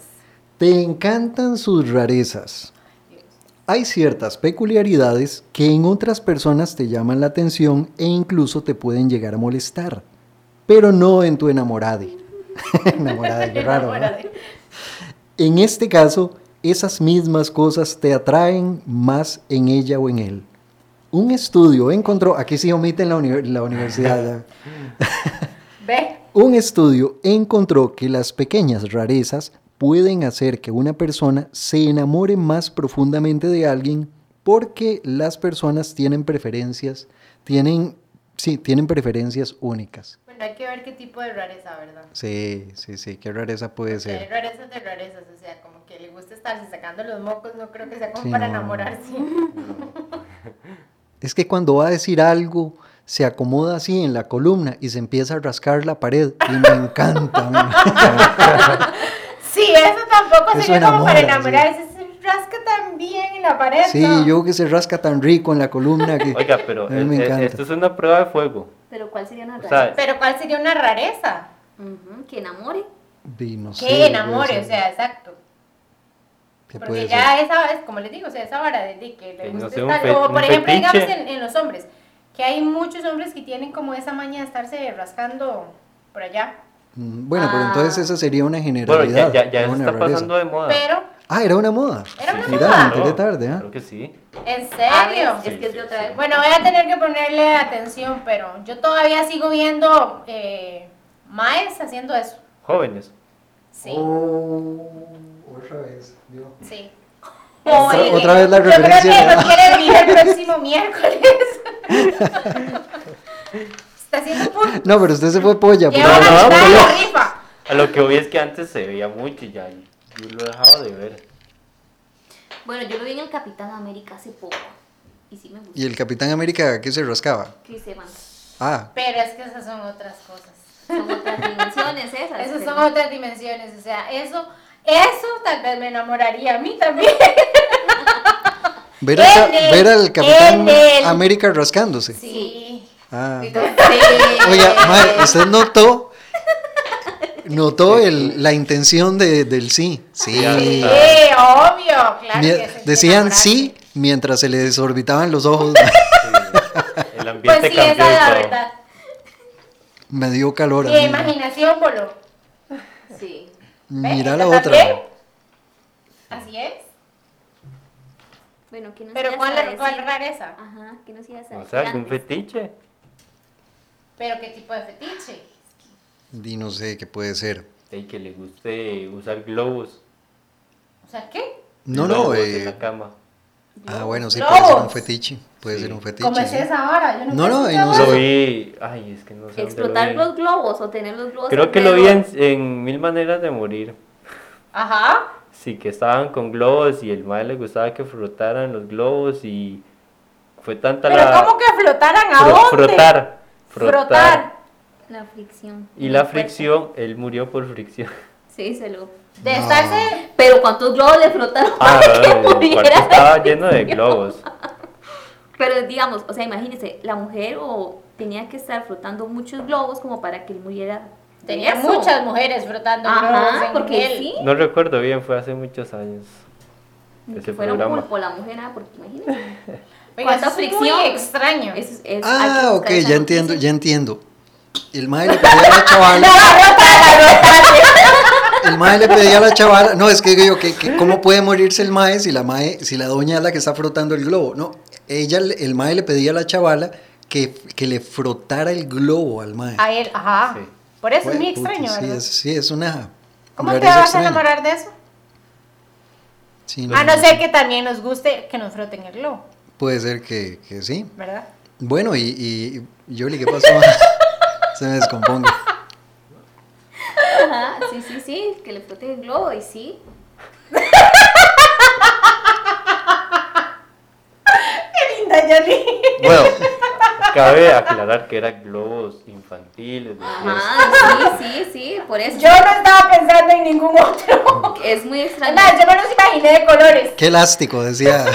Speaker 3: Te encantan sus rarezas. hay ciertas peculiaridades que en otras personas te llaman la atención e incluso te pueden llegar a molestar, pero no en tu enamorade. *laughs* enamorade, qué raro. ¿verdad? En este caso, esas mismas cosas te atraen más en ella o en él. Un estudio encontró, aquí sí omiten la, uni- la universidad, ya.
Speaker 4: Ve,
Speaker 3: Un estudio encontró que las pequeñas rarezas pueden hacer que una persona se enamore más profundamente de alguien porque las personas tienen preferencias, tienen, sí, tienen preferencias únicas.
Speaker 4: bueno, hay que ver qué tipo de rareza, ¿verdad?
Speaker 3: Sí, sí, sí, qué rareza puede
Speaker 4: Porque Hay
Speaker 3: ser.
Speaker 4: rarezas de rarezas, o sea, como que le gusta estarse sacando los mocos, no creo que sea como
Speaker 3: Sí,
Speaker 4: para
Speaker 3: no, no, no.
Speaker 4: enamorarse.
Speaker 3: Es que cuando va a decir algo, se acomoda así en la columna y se empieza a rascar la pared y me
Speaker 4: *laughs*
Speaker 3: encanta. man.
Speaker 4: Sí, eso tampoco
Speaker 3: Eso
Speaker 4: sería como para
Speaker 3: enamora,
Speaker 4: enamorarse. Se rasca tan bien en la pared.
Speaker 3: Sí,
Speaker 4: ¿no?
Speaker 3: yo que se rasca tan rico en la columna que...
Speaker 5: Oiga, pero
Speaker 3: A mí me
Speaker 5: eh, eh,
Speaker 3: encanta.
Speaker 5: esto es una prueba de fuego.
Speaker 6: Pero ¿cuál sería una
Speaker 5: O sea,
Speaker 6: rareza?
Speaker 4: Pero ¿cuál sería una rareza?
Speaker 6: Ujú, que enamore.
Speaker 3: Di, no sé,
Speaker 4: Que
Speaker 3: puede
Speaker 4: enamore,
Speaker 3: ser.
Speaker 4: o sea, exacto.
Speaker 3: ¿Qué
Speaker 4: Porque
Speaker 3: puede
Speaker 4: ya esa es, como les digo, o sea, esa vara de, de que le
Speaker 5: Que no
Speaker 4: gusta
Speaker 5: sea un
Speaker 4: estar,
Speaker 5: fe-
Speaker 4: como por
Speaker 5: un
Speaker 4: ejemplo,
Speaker 5: fetiche.
Speaker 4: digamos en, en los hombres, que hay muchos hombres que tienen como esa maña de estarse rascando por allá,
Speaker 3: Mm, Bueno, pero entonces
Speaker 4: Ah.
Speaker 3: esa sería una
Speaker 5: Bueno, ya,
Speaker 3: generalidad.
Speaker 5: ya,
Speaker 3: no
Speaker 5: ya eso
Speaker 3: una
Speaker 5: está
Speaker 3: rareza.
Speaker 5: pasando de moda.
Speaker 4: pero,
Speaker 3: Ah, era una moda.
Speaker 4: Era una
Speaker 3: Mira,
Speaker 4: moda.
Speaker 3: me enteré tarde, ¿ah?
Speaker 5: Creo que sí.
Speaker 4: ¿en
Speaker 6: A ver,
Speaker 5: Ah,
Speaker 4: serio?
Speaker 6: Es que es de otra vez.
Speaker 4: Bueno, voy a tener que ponerle atención, pero yo todavía sigo viendo eh, maes haciendo eso.
Speaker 5: Jóvenes.
Speaker 4: Sí,
Speaker 3: Oh, otra vez.
Speaker 4: sí.
Speaker 3: Otra- otra vez la
Speaker 4: yo
Speaker 3: referencia
Speaker 4: Creo que
Speaker 3: de-
Speaker 4: lo
Speaker 3: *laughs*
Speaker 4: quiere venir el próximo miércoles. Está haciendo punto.
Speaker 3: No, pero usted se fue polla.
Speaker 4: Lleva la
Speaker 5: no, no,
Speaker 4: mitad de
Speaker 5: no.
Speaker 4: la rifa.
Speaker 5: A lo que hoy es que antes se veía mucho y ya y yo lo he dejado de ver.
Speaker 6: Bueno, yo lo vi en el Capitán América hace poco. Y sí me gustó.
Speaker 3: ¿Y el Capitán América qué se rascaba?
Speaker 6: Chris Evans.
Speaker 3: Ah,
Speaker 4: Pero es que esas son otras cosas.
Speaker 6: Son otras dimensiones esas.
Speaker 4: Esas
Speaker 6: pero-
Speaker 4: son otras dimensiones. O sea, eso, eso tal vez me enamoraría a mí también.
Speaker 3: ver, al ca-
Speaker 4: En el-
Speaker 3: ver al Capitán
Speaker 4: en el-
Speaker 3: América rascándose.
Speaker 4: *laughs* Sí.
Speaker 3: Ah.
Speaker 6: Sí.
Speaker 3: Oiga, mae, usted notó. Notó el- la intención de- del sí. Sí.
Speaker 4: Sí, obvio, claro.
Speaker 3: Mie-
Speaker 4: que eso es
Speaker 3: Decían
Speaker 4: enamorarse.
Speaker 3: sí mientras se le desorbitaban los
Speaker 4: *laughs*
Speaker 3: ojos.
Speaker 5: El ambiente
Speaker 4: Pues sí,
Speaker 5: cambió
Speaker 4: esa es
Speaker 5: y
Speaker 4: la
Speaker 5: todo.
Speaker 4: verdad.
Speaker 3: Me dio calor.
Speaker 4: Mi
Speaker 3: a mí.
Speaker 4: imaginación, boludo.
Speaker 6: Sí.
Speaker 3: Mira
Speaker 4: ¿Ves?
Speaker 3: la
Speaker 4: Esa también.
Speaker 3: otra.
Speaker 4: Así es.
Speaker 6: Bueno, ¿qué nos
Speaker 4: Pero
Speaker 6: ibas
Speaker 4: ¿cuál,
Speaker 6: a
Speaker 4: cuál
Speaker 6: decir?
Speaker 4: rareza?
Speaker 6: Ajá, ¿qué nos ibas a
Speaker 5: O
Speaker 6: decir
Speaker 5: sea, algún
Speaker 6: antes?
Speaker 5: fetiche.
Speaker 4: ¿Pero qué tipo de fetiche?
Speaker 3: Y no sé qué puede ser.
Speaker 5: Y que le guste usar globos.
Speaker 4: O sea, ¿qué?
Speaker 3: No, no,
Speaker 5: globos
Speaker 3: eh,
Speaker 5: en la cama.
Speaker 3: Ah, bueno, sí,
Speaker 4: Globos.
Speaker 3: puede ser un fetiche. Puede
Speaker 5: Sí.
Speaker 3: ser un fetiche.
Speaker 4: ¿Cómo es
Speaker 3: sí.
Speaker 4: esa vara? Yo
Speaker 3: No, no,
Speaker 4: sé
Speaker 3: y no
Speaker 4: esa
Speaker 3: sé.
Speaker 5: Lo
Speaker 4: vara.
Speaker 5: vi. Ay, es que no sé. dónde
Speaker 6: Explotar
Speaker 5: lo
Speaker 6: los
Speaker 5: vi.
Speaker 6: globos o tener los globos.
Speaker 5: Creo que lo vi en,
Speaker 6: alrededor.
Speaker 5: en Mil Maneras de Morir.
Speaker 4: Ajá.
Speaker 5: Sí, que estaban con globos y el mae le gustaba que frotaran los globos y fue tanta
Speaker 4: Pero
Speaker 5: la...
Speaker 4: ¿cómo que flotaran a
Speaker 5: Fro-
Speaker 4: dónde?
Speaker 5: Frotar, frotar.
Speaker 4: Frotar.
Speaker 6: La fricción.
Speaker 5: Y la
Speaker 6: Fuerte.
Speaker 5: fricción, él murió por
Speaker 6: *laughs*
Speaker 5: fricción.
Speaker 6: Sí, se lo.
Speaker 4: De
Speaker 3: No.
Speaker 4: estarse.
Speaker 6: Pero ¿cuántos globos le frotaron
Speaker 5: Ah,
Speaker 6: para que
Speaker 5: el cuarto
Speaker 6: muriera?
Speaker 5: estaba lleno de globos.
Speaker 6: Pero digamos, o sea, imagínense, la mujer o tenía que estar frotando muchos globos como para que él muriera. de
Speaker 4: Tenía
Speaker 6: eso.
Speaker 4: muchas mujeres frotando globos
Speaker 6: Ajá,
Speaker 4: en
Speaker 6: porque
Speaker 4: él.
Speaker 6: sí.
Speaker 5: No recuerdo bien, fue hace muchos años.
Speaker 6: ni
Speaker 5: Ese
Speaker 6: que fuera un
Speaker 5: programa.
Speaker 6: pulpo la mujer, ah, porque imagínense.
Speaker 4: Oiga, eso
Speaker 6: ¿Cuánta
Speaker 4: es
Speaker 6: fricción?
Speaker 4: muy extraño.
Speaker 6: Eso es- es- hay que
Speaker 3: Ah, ok,
Speaker 6: buscar esa
Speaker 3: ya entiendo,
Speaker 6: noticia.
Speaker 3: ya entiendo. El mae le pedía a la
Speaker 4: *laughs*
Speaker 3: chavala, el mae le pedía a la chavala, no, es que digo yo, que, que ¿cómo puede morirse el mae si la mae, si la doña es la que está frotando el globo? No, ella, le- el mae le pedía a la chavala que, que le frotara el globo al mae.
Speaker 4: A él, ajá.
Speaker 5: Sí.
Speaker 4: Por eso
Speaker 3: Fue-
Speaker 4: es muy
Speaker 3: puta,
Speaker 4: extraño,
Speaker 3: Pues, sí,
Speaker 4: ¿verdad?
Speaker 3: es, sí, es una
Speaker 4: ¿Cómo te
Speaker 3: rareza
Speaker 4: vas a
Speaker 3: extraña.
Speaker 4: enamorar de eso?
Speaker 3: Sí,
Speaker 4: A no ser que también nos guste que nos froten el globo,
Speaker 3: Puede ser que, que sí.
Speaker 4: ¿verdad?
Speaker 3: Bueno, y, y y Yoli, ¿qué pasó? *laughs* Se me descompongo.
Speaker 6: Ajá, sí, sí, sí, que le protege el globo y sí.
Speaker 4: ¡Qué linda, Yoli!
Speaker 5: Bueno,
Speaker 6: *laughs*
Speaker 5: cabe aclarar que eran globos infantiles. de
Speaker 6: Ah.
Speaker 5: fiesta.
Speaker 6: Ajá, sí, sí, sí, por eso.
Speaker 4: Yo no estaba pensando en ningún *laughs* otro.
Speaker 6: Es muy extraño.
Speaker 4: Nada, yo me los imaginé de colores.
Speaker 3: Qué elástico, decía.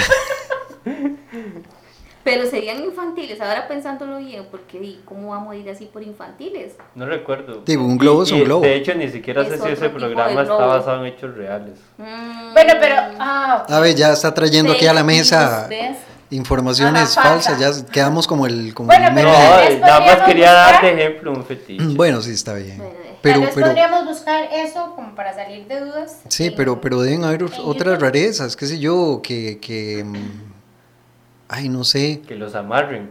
Speaker 6: Pero serían infantiles, ahora pensándolo bien, porque di, ¿cómo va a morir así por infantiles?
Speaker 5: No recuerdo.
Speaker 3: Digo, un globo es un globo.
Speaker 5: De hecho, ni siquiera sé
Speaker 6: Es
Speaker 5: si ese
Speaker 6: otro tipo de
Speaker 5: programa está
Speaker 6: globo.
Speaker 5: basado en hechos reales.
Speaker 6: Mm,
Speaker 4: Bueno, pero. Ah,
Speaker 3: A ver, ya está trayendo aquí a la mesa
Speaker 6: ¿Ves?
Speaker 3: informaciones
Speaker 4: A la
Speaker 3: falsas, ya quedamos como el... Como
Speaker 4: Bueno,
Speaker 3: el
Speaker 5: No,
Speaker 4: Pero
Speaker 3: meme de-
Speaker 4: tal vez
Speaker 5: nada más
Speaker 4: podríamos
Speaker 5: quería dar de
Speaker 4: buscar-
Speaker 5: ejemplo un fetiche.
Speaker 3: *clears throat* Bueno, sí, está bien.
Speaker 6: Bueno, eh.
Speaker 3: Pero,
Speaker 4: tal vez
Speaker 3: pero,
Speaker 4: podríamos buscar eso como para salir de dudas.
Speaker 3: sí,
Speaker 4: en-
Speaker 3: pero, pero deben haber
Speaker 4: en
Speaker 3: otras
Speaker 4: YouTube.
Speaker 3: rarezas, qué sé yo, que, que... mm, Ay, no sé.
Speaker 5: Que los amarren.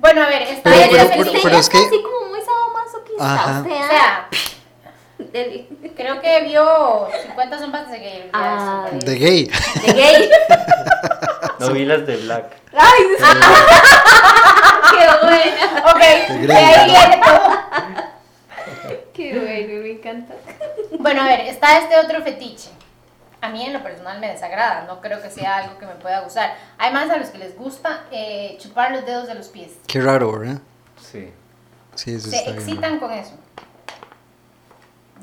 Speaker 4: Bueno, a ver, este está
Speaker 3: Pero-
Speaker 4: bien
Speaker 3: pero-
Speaker 4: la
Speaker 3: pero-
Speaker 4: película.
Speaker 3: pero es que-
Speaker 6: así como muy sadomasoquista,
Speaker 3: Ajá.
Speaker 6: o sea,
Speaker 4: O sea,
Speaker 6: *laughs* del-
Speaker 4: creo que vio 50 sombras de que.
Speaker 6: Ah.
Speaker 3: De gay. *laughs*
Speaker 6: de gay.
Speaker 3: Ah,
Speaker 5: No vi las de Black.
Speaker 6: Ay, qué buena,
Speaker 4: Ok,
Speaker 3: De
Speaker 4: de ahí
Speaker 3: Grey.
Speaker 4: viene todo.
Speaker 7: *laughs*
Speaker 6: qué bueno, me encanta.
Speaker 4: Bueno, a ver, está este otro fetiche. A mí en lo personal me desagrada, no creo que sea algo que me pueda gustar. Hay más a los que les gusta eh, chupar los dedos de los pies.
Speaker 3: Qué raro, ¿verdad?
Speaker 5: Sí.
Speaker 3: Sí, eso
Speaker 4: Se
Speaker 3: está bien. raro.
Speaker 4: excitan con eso.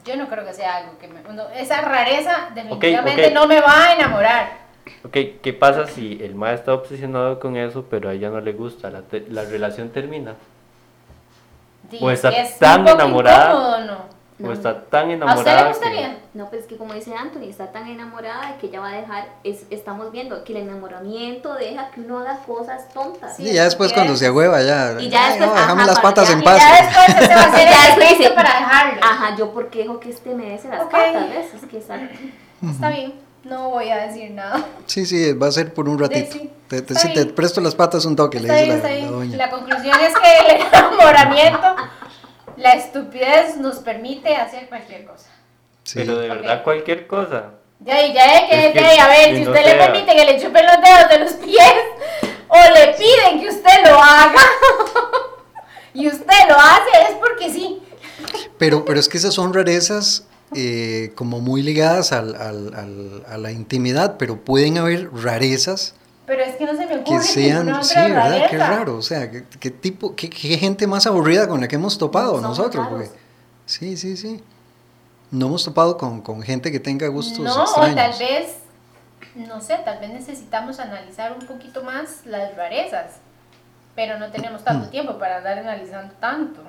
Speaker 4: Yo no creo que sea algo que me... no, esa rareza definitivamente
Speaker 5: ok.
Speaker 4: no me va a enamorar.
Speaker 5: Ok, ¿qué pasa si el ma está obsesionado con eso, pero a ella no le gusta? ¿La, te- la relación termina?
Speaker 4: Di,
Speaker 5: O está
Speaker 4: si es un
Speaker 5: tan
Speaker 4: poco
Speaker 5: Pues, enamorada.
Speaker 4: incómodo, no.
Speaker 6: No.
Speaker 5: ¿O está tan
Speaker 4: ¿A usted
Speaker 5: enamorada?
Speaker 4: le gustaría?
Speaker 6: No, pero es que como dice Anthony, está tan enamorada de que ella va a dejar, es- estamos viendo que el enamoramiento deja que uno haga cosas tontas.
Speaker 4: Sí.
Speaker 3: Y ya después cuando se agüeva, ya...
Speaker 6: Y ya
Speaker 3: "Ay,
Speaker 6: después,
Speaker 3: no, déjame
Speaker 6: ajá,
Speaker 3: las
Speaker 6: cuando
Speaker 3: patas
Speaker 6: ya-
Speaker 3: en
Speaker 6: y
Speaker 4: Y
Speaker 3: paz.
Speaker 4: ya después se va a *laughs* hacer
Speaker 6: Ya
Speaker 4: el
Speaker 6: después
Speaker 4: gesto
Speaker 6: dice-
Speaker 4: para dejarlo.
Speaker 6: Ajá, yo porque dejo que este me dese las
Speaker 4: Ok.
Speaker 6: patas, ¿ves? Es que está-
Speaker 4: Está bien, no voy a decir nada.
Speaker 3: Sí, sí, va a ser por un ratito.
Speaker 4: sí.
Speaker 3: Te, te-
Speaker 4: Está
Speaker 3: sí, te
Speaker 4: bien.
Speaker 3: presto las patas un toque, le
Speaker 4: Está
Speaker 3: dice
Speaker 4: bien,
Speaker 3: la,
Speaker 4: está
Speaker 3: la
Speaker 4: bien.
Speaker 3: doña.
Speaker 4: La conclusión es que el enamoramiento, la estupidez nos permite hacer cualquier cosa.
Speaker 3: Sí.
Speaker 5: Pero de
Speaker 4: Ok.
Speaker 5: verdad, cualquier cosa.
Speaker 4: Ya, ya, ya, que,
Speaker 5: Es que-
Speaker 4: que, a ver,
Speaker 5: que
Speaker 4: si
Speaker 5: no
Speaker 4: usted le
Speaker 5: sea.
Speaker 4: permite que le chupen los dedos de los pies, o le piden que usted lo haga, *laughs* y usted lo hace, es porque sí.
Speaker 3: Pero, pero es que esas son rarezas eh, como muy ligadas al- al- al- a la intimidad, pero pueden haber rarezas
Speaker 4: Pero es que no se me ocurre
Speaker 3: que sean,
Speaker 4: ninguna
Speaker 3: sí,
Speaker 4: otra
Speaker 3: ¿verdad? Qué
Speaker 4: rareza.
Speaker 3: raro, o sea, qué, qué tipo, qué, qué gente más aburrida con la que hemos topado
Speaker 6: Somos
Speaker 3: nosotros,
Speaker 6: raros.
Speaker 3: porque- sí, sí, sí, no hemos topado con, con gente que tenga gustos
Speaker 4: No, o
Speaker 3: extraños.
Speaker 4: tal vez, no sé, tal vez necesitamos analizar un poquito más las rarezas, pero no tenemos tanto tiempo para andar analizando tanto.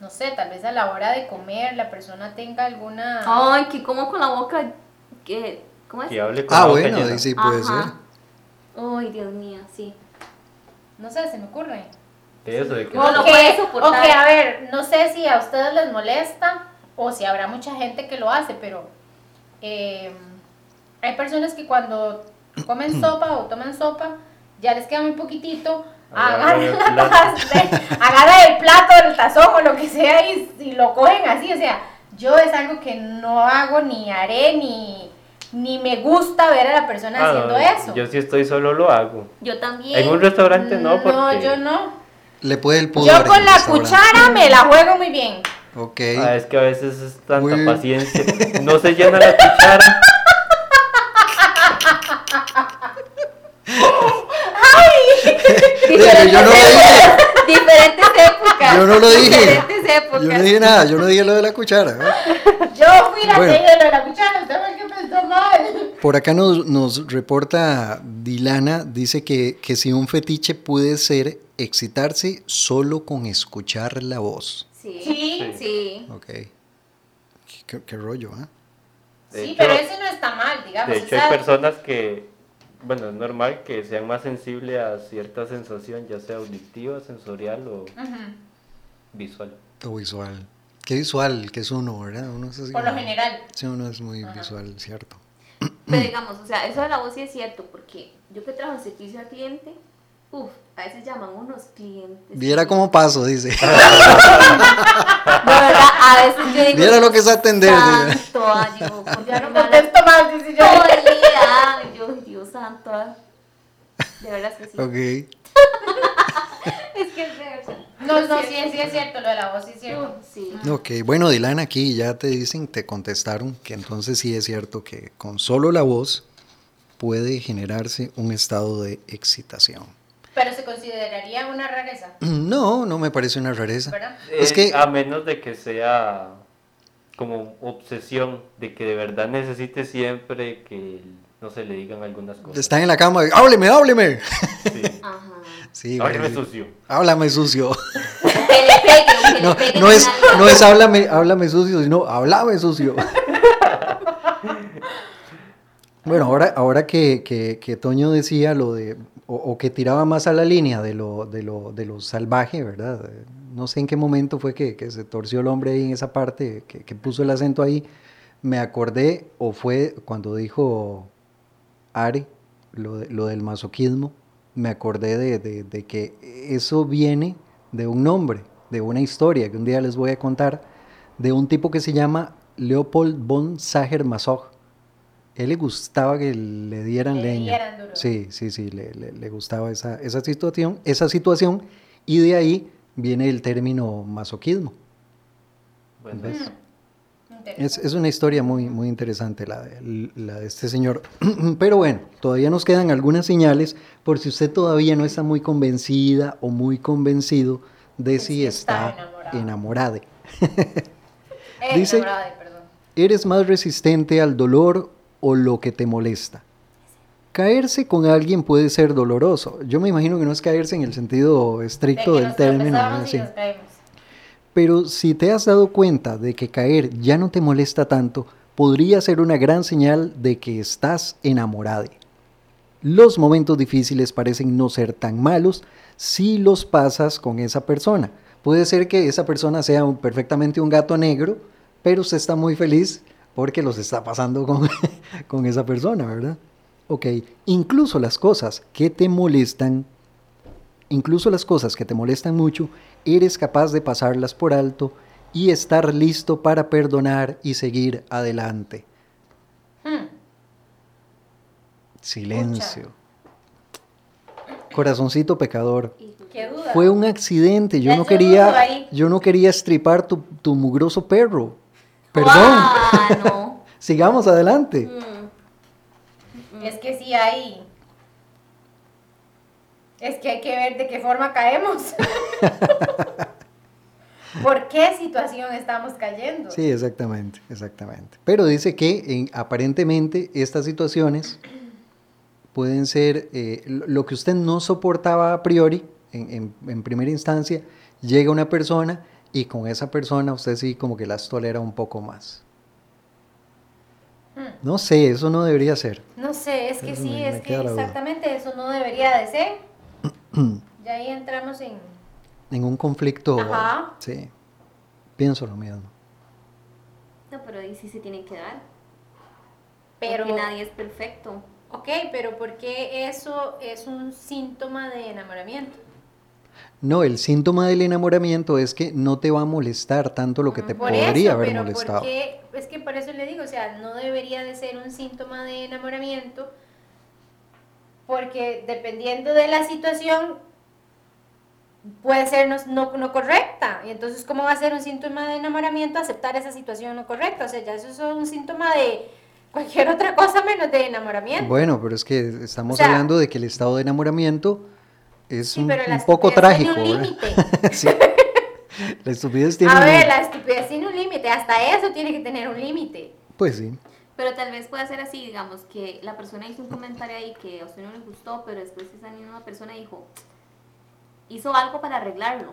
Speaker 4: No sé, tal vez a la hora de comer la persona tenga alguna...
Speaker 7: Ah,
Speaker 6: Ay, que como con la boca, que, ¿cómo es?
Speaker 5: Que hable con
Speaker 3: Ah,
Speaker 5: la boca
Speaker 3: bueno,
Speaker 5: llena.
Speaker 3: ahí sí puede
Speaker 6: Ajá.
Speaker 3: ser.
Speaker 6: Ay, Dios mío, sí.
Speaker 4: No sé, se me ocurre.
Speaker 5: De eso, de que
Speaker 6: No,
Speaker 4: Ok,
Speaker 6: no puede soportar.
Speaker 4: ok, a ver, no sé si a ustedes les molesta o si habrá mucha gente que lo hace, pero eh, hay personas que
Speaker 5: *clears throat*
Speaker 4: cuando comen sopa o toman sopa, ya les queda muy poquitito,
Speaker 5: Agarran
Speaker 4: agarran, *laughs*
Speaker 5: el
Speaker 4: la taza, agarran el plato, el tazón o lo que sea y, y lo cogen así, o sea, yo es algo que no hago ni haré ni, ni me gusta ver a la persona
Speaker 5: Ah,
Speaker 4: haciendo
Speaker 5: no,
Speaker 4: eso.
Speaker 5: Yo si estoy solo lo hago.
Speaker 6: Yo también.
Speaker 5: En un restaurante no, porque...
Speaker 4: No, yo no.
Speaker 3: Le puede el pudor.
Speaker 4: Yo
Speaker 3: en
Speaker 4: con
Speaker 3: el
Speaker 4: la
Speaker 3: restaurante.
Speaker 4: cuchara me la juego muy bien.
Speaker 3: Ok.
Speaker 5: Ah, es que a veces es tanta
Speaker 3: Muy- *laughs*
Speaker 5: paciencia. No se llena la cuchara.
Speaker 3: Pero yo no lo dije,
Speaker 6: Diferentes épocas.
Speaker 3: Yo no lo dije.
Speaker 6: Diferentes épocas.
Speaker 3: yo no dije nada, yo no dije lo de la cuchara.
Speaker 4: *laughs*
Speaker 3: ¿no?
Speaker 4: Yo fui la
Speaker 3: Bueno.
Speaker 4: que dio lo de la cuchara, usted fue el que pensó mal.
Speaker 3: Por acá nos, nos reporta Dilana, dice que, que si un fetiche puede ser excitarse solo con escuchar la voz.
Speaker 6: Sí.
Speaker 4: Sí,
Speaker 6: Sí.
Speaker 3: Ok. Qué, qué rollo, ¿eh?
Speaker 5: De
Speaker 4: sí,
Speaker 5: hecho-
Speaker 4: pero eso no está mal, digamos.
Speaker 5: De
Speaker 4: o
Speaker 5: hecho,
Speaker 4: sea,
Speaker 5: hay personas que, bueno, es normal que sean más sensibles a cierta sensación, ya sea auditiva, sensorial o
Speaker 4: ujú,
Speaker 5: visual.
Speaker 3: Lo visual. Qué visual que es uno, ¿verdad? Uno es así
Speaker 4: Por lo
Speaker 3: como-
Speaker 4: general.
Speaker 3: Sí, uno es muy
Speaker 4: Ajá.
Speaker 3: visual, cierto.
Speaker 6: Pero digamos, o sea, eso de la voz sí es cierto, porque yo que trabajo en servicio al cliente, uff, a veces llaman unos clientes.
Speaker 3: Viera cómo paso, dice.
Speaker 6: De verdad, a veces yo
Speaker 3: *laughs*
Speaker 6: digo.
Speaker 3: Viera lo que es atender.
Speaker 4: Ah.
Speaker 3: dice.
Speaker 6: Santo, ay, yo, ¿por
Speaker 4: Ya
Speaker 6: qué
Speaker 4: no
Speaker 6: me hablan
Speaker 4: contesto más, dice yo.
Speaker 6: todo el día? Ay, yo, Dios santo. ay. De verdad es que sí.
Speaker 3: Ok.
Speaker 6: Es que es de verdad.
Speaker 4: No, no, sí, sí es cierto, lo de la voz sí es cierto.
Speaker 6: Uf, sí.
Speaker 3: Ok, bueno, Dilana, aquí ya te dicen, te contestaron que entonces sí es cierto que con solo la voz puede generarse un estado de excitación. *clears throat*
Speaker 4: Pero se consideraría una rareza,
Speaker 3: No, no me parece una rareza.
Speaker 4: ¿verdad?
Speaker 3: Es
Speaker 5: Eh,
Speaker 3: que-
Speaker 5: A menos de que sea como obsesión, de que de verdad necesite siempre que, el- no se le digan algunas cosas.
Speaker 3: Están en la cama, hábleme, hábleme.
Speaker 5: Sí.
Speaker 6: Ajá.
Speaker 3: *laughs* Sí,
Speaker 5: Háblame
Speaker 3: vale.
Speaker 5: sucio.
Speaker 3: Háblame sucio.
Speaker 6: Que le pegue, que le
Speaker 3: *laughs* No,
Speaker 6: pegue
Speaker 3: no
Speaker 6: en
Speaker 3: es,
Speaker 6: algo.
Speaker 3: no es háblame, háblame sucio, sino hablame sucio. Bueno, ahora, ahora que, que- que Toño decía lo de, o, o que tiraba más a la línea de lo, de lo, de lo salvaje, ¿verdad? Eh, No sé en qué momento fue que, que se torció el hombre ahí en esa parte, que, que puso el acento ahí. Me acordé, o fue cuando dijo Ari, lo, de- lo del masoquismo, me acordé de, de- de que eso viene de un nombre, de una historia que un día les voy a contar, de un tipo que se llama Leopold von Sacher-Masoch. Él le gustaba que le dieran
Speaker 4: Le
Speaker 3: leña.
Speaker 4: dieran duro.
Speaker 3: Sí, sí, sí, le, le- le gustaba esa, esa situación, esa situación y de ahí viene el término masoquismo.
Speaker 5: Bueno,
Speaker 3: ¿Ves? Es,
Speaker 4: Pues, mm, Interesante.
Speaker 3: es una historia muy, muy interesante la de, la de este señor. *clears throat* Pero bueno, todavía nos quedan algunas señales por si usted todavía no está muy convencida o muy convencido de
Speaker 4: Es
Speaker 3: si
Speaker 4: que
Speaker 3: está,
Speaker 4: está
Speaker 3: enamorada.
Speaker 4: enamorado. Eh,
Speaker 3: dice-
Speaker 4: enamorada de- perdón.
Speaker 3: ¿Eres más resistente al dolor o lo que te molesta? Caerse con alguien puede ser doloroso. Yo me imagino que no es caerse en el sentido
Speaker 4: De
Speaker 3: estricto
Speaker 4: que
Speaker 3: del
Speaker 4: nos
Speaker 3: término.
Speaker 4: tropezamos
Speaker 3: ¿no?
Speaker 4: y
Speaker 3: Sí.
Speaker 4: nos caemos.
Speaker 3: Pero si te has dado cuenta de que caer ya no te molesta tanto, podría ser una gran señal de que estás enamorada. Los momentos difíciles parecen no ser tan malos si los pasas con esa persona. Puede ser que esa persona sea un- perfectamente un gato negro, pero usted está muy feliz porque los está pasando con, *laughs* con esa persona, ¿verdad? Ok, incluso las cosas que te molestan Incluso las cosas que te molestan mucho, eres capaz de pasarlas por alto y estar listo para perdonar y seguir adelante.
Speaker 4: Hmm.
Speaker 3: Silencio. Corazoncito pecador.
Speaker 6: Y tú-
Speaker 4: Qué duda.
Speaker 3: Fue un accidente. Yo
Speaker 4: Ya
Speaker 3: no
Speaker 4: yo dudo
Speaker 3: quería,
Speaker 4: ahí.
Speaker 3: yo no quería estripar tu, tu mugroso perro. Perdón.
Speaker 6: Ah,
Speaker 3: *laughs*
Speaker 6: no.
Speaker 3: Sigamos adelante.
Speaker 6: Mm.
Speaker 4: Es que sí hay. Es que hay que ver de qué
Speaker 3: *laughs*
Speaker 4: forma caemos. ¿Por qué situación estamos cayendo?
Speaker 3: Sí, exactamente, exactamente. Pero dice que en- aparentemente estas situaciones pueden ser eh, lo lo que usted no soportaba a priori, en, en- en primera instancia, llega una persona y con esa persona usted sí como que las tolera un poco más.
Speaker 4: Hmm.
Speaker 3: No sé, eso no debería ser.
Speaker 4: No sé, es que
Speaker 3: Eso
Speaker 4: sí,
Speaker 3: me- me
Speaker 4: es que
Speaker 3: queda la duda.
Speaker 4: exactamente eso no debería
Speaker 3: *clears throat*
Speaker 4: de ser. Y ahí entramos en...
Speaker 3: En un conflicto...
Speaker 4: Ajá.
Speaker 3: Sí, pienso lo mismo.
Speaker 6: No, pero ahí sí se tiene que dar.
Speaker 4: Pero,
Speaker 6: Porque nadie es perfecto.
Speaker 4: ok, pero ¿por qué eso es un síntoma de enamoramiento?
Speaker 3: No, el síntoma del enamoramiento es que no te va a molestar tanto lo que te
Speaker 4: Por
Speaker 3: podría
Speaker 4: eso,
Speaker 3: haber
Speaker 4: pero ¿por
Speaker 3: molestado.
Speaker 4: qué? Es que por eso le digo, o sea, no debería de ser un síntoma de enamoramiento, porque dependiendo de la situación puede ser no, no- no correcta. Y entonces, ¿cómo va a ser un síntoma de enamoramiento aceptar esa situación no correcta? O sea, ya eso es un síntoma de cualquier otra cosa menos de enamoramiento.
Speaker 3: Bueno, pero es que estamos
Speaker 4: O sea-
Speaker 3: hablando de que el estado de enamoramiento es
Speaker 4: Sí,
Speaker 3: un,
Speaker 4: pero la
Speaker 3: un poco
Speaker 4: estupidez tiene
Speaker 3: trágico.
Speaker 4: un
Speaker 3: ¿verdad? *laughs*
Speaker 4: límite.
Speaker 3: Sí. La estupidez tiene
Speaker 4: A
Speaker 3: un
Speaker 4: ver,
Speaker 3: límite.
Speaker 4: la estupidez tiene un límite, hasta eso tiene que tener un límite.
Speaker 3: Pues sí.
Speaker 6: Pero tal vez pueda ser así, digamos, que la persona hizo un comentario ahí que a usted no le gustó, pero después esa misma persona dijo, hizo algo para arreglarlo,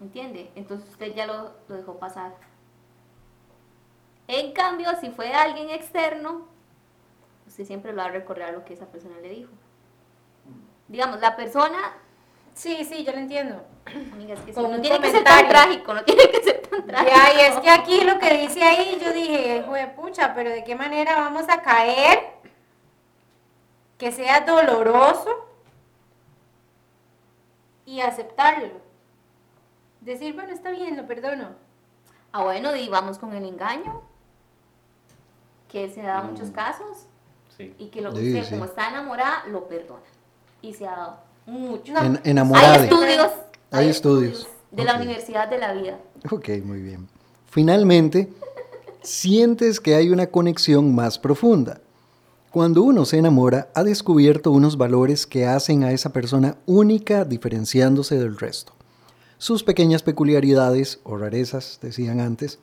Speaker 6: ¿entiende? Entonces usted ya lo, lo dejó pasar. En cambio, si fue alguien externo, usted siempre lo va a recordar lo que esa persona le dijo. Digamos, la persona,
Speaker 4: Sí, sí, yo lo entiendo.
Speaker 6: amigas, que sí,
Speaker 4: Con
Speaker 6: no
Speaker 4: un
Speaker 6: tiene que ser tan
Speaker 4: comentario.
Speaker 6: trágico, no tiene que ser tan trágico.
Speaker 4: Ya, y es que aquí lo que dice ahí, yo dije, pucha, pero ¿de qué manera vamos a caer? Que sea doloroso y aceptarlo. Decir, bueno, está bien, lo perdono.
Speaker 6: Ah, bueno, y vamos con el engaño, que se da en muchos casos.
Speaker 5: sí.
Speaker 6: y que lo que
Speaker 3: Mm. Sí,
Speaker 6: usted,
Speaker 3: sí.
Speaker 6: como está enamorada, lo perdona. Y se ha dado mucho.
Speaker 4: No,
Speaker 3: En-
Speaker 6: hay
Speaker 3: enamorada.
Speaker 6: estudios.
Speaker 3: Hay estudios.
Speaker 6: De la
Speaker 3: Ok.
Speaker 6: Universidad de la Vida.
Speaker 3: *laughs* Ok, muy bien. Finalmente, sientes que hay una conexión más profunda. Cuando uno se enamora, ha descubierto unos valores que hacen a esa persona única diferenciándose del resto. Sus pequeñas peculiaridades o rarezas, decían antes,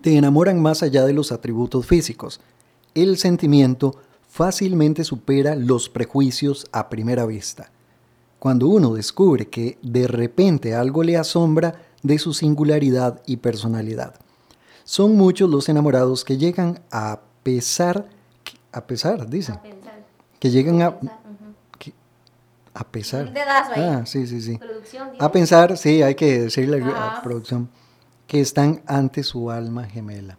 Speaker 3: te enamoran más allá de los atributos físicos. El sentimiento fácilmente supera los prejuicios a primera vista. Cuando uno descubre que de repente algo le asombra de su singularidad y personalidad. Son muchos los enamorados que llegan a pesar, a pesar, dicen,
Speaker 6: A pensar.
Speaker 3: que llegan a,
Speaker 6: Ujú.
Speaker 3: a pesar.
Speaker 7: Un dedazo ahí.
Speaker 3: Ah, sí, sí, sí.
Speaker 6: Producción, dice.
Speaker 3: A pensar, sí, hay que decirle a la
Speaker 7: Ajá.
Speaker 3: producción que están ante su alma gemela.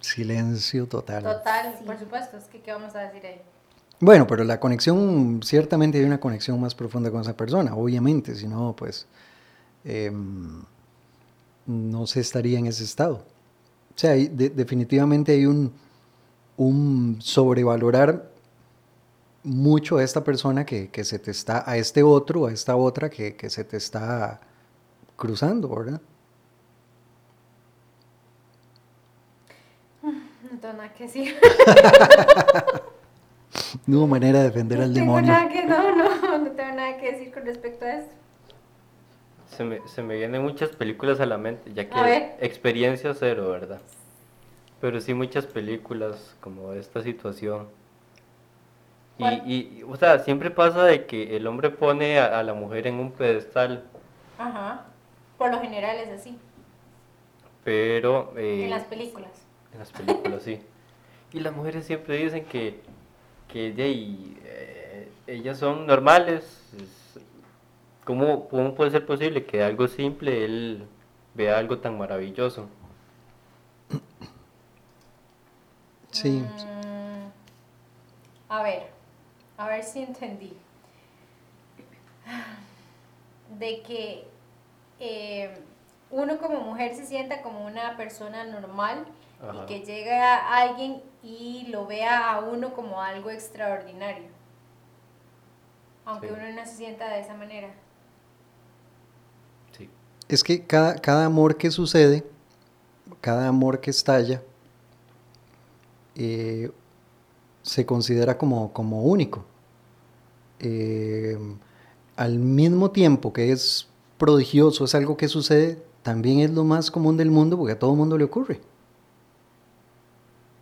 Speaker 3: Silencio total.
Speaker 7: Total,
Speaker 6: Sí.
Speaker 7: por supuesto, es que qué vamos a decir ahí.
Speaker 3: Bueno, pero la conexión, ciertamente hay una conexión más profunda con esa persona, obviamente, si no, pues em, no se estaría en ese estado. O sea, hay- de- definitivamente hay un, un sobrevalorar mucho a esta persona que, que se te está, a este otro, a esta otra que, que se te está cruzando, ¿verdad?
Speaker 7: No tengo nada que decir.
Speaker 3: No hubo manera de defender al
Speaker 7: *laughs* no tengo
Speaker 3: demonio.
Speaker 7: nada que, no, no, no tengo nada que decir con respecto a eso.
Speaker 5: Se me, se me vienen muchas películas a la mente, ya que
Speaker 7: A ver.
Speaker 5: experiencia cero, ¿verdad? Pero sí muchas películas como esta situación. Y,
Speaker 7: ¿Cuál?
Speaker 5: y, o sea, siempre pasa de que el hombre pone a, a la mujer en un pedestal,
Speaker 7: Ajá. Por lo general es así,
Speaker 5: pero... eh,
Speaker 7: en las películas.
Speaker 5: En las películas, sí. Y las mujeres siempre dicen que, que de ahí, eh, ellas son normales. es- ¿Cómo, ¿Cómo puede ser posible que algo simple él vea algo tan maravilloso?
Speaker 3: Sí,
Speaker 7: Mm, a ver, a ver si entendí. *sighs* De que eh, uno como mujer se sienta como una persona normal
Speaker 5: Ajá.
Speaker 7: y que llega alguien y lo vea a uno como algo extraordinario. Aunque
Speaker 5: Sí.
Speaker 7: uno no se sienta de esa manera.
Speaker 5: Sí.
Speaker 3: Es que cada, cada amor que sucede, cada amor que estalla, eh, se considera como, como único. Eh, al mismo tiempo que es prodigioso, es algo que sucede, también es lo más común del mundo porque a todo mundo le ocurre.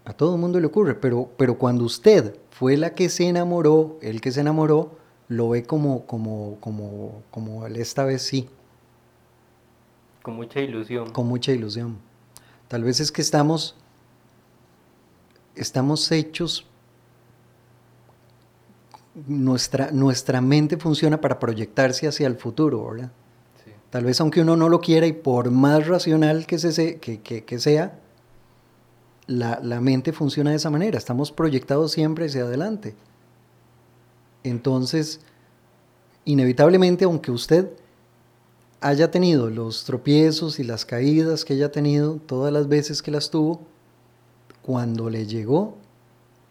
Speaker 3: A todo mundo le ocurre, pero, pero cuando usted fue la que se enamoró, el que se enamoró, lo ve como, como, como, como el esta vez sí
Speaker 5: Con mucha ilusión.
Speaker 3: con mucha ilusión. Tal vez es que estamos, estamos hechos, nuestra, nuestra mente funciona para proyectarse hacia el futuro, ¿verdad?
Speaker 5: Sí.
Speaker 3: Tal vez aunque uno no lo quiera y por más racional que, se se- que, que- que sea, la, la mente funciona de esa manera. Estamos proyectados siempre hacia adelante. Entonces, inevitablemente, aunque usted haya tenido los tropiezos y las caídas que haya tenido, todas las veces que las tuvo, cuando le llegó,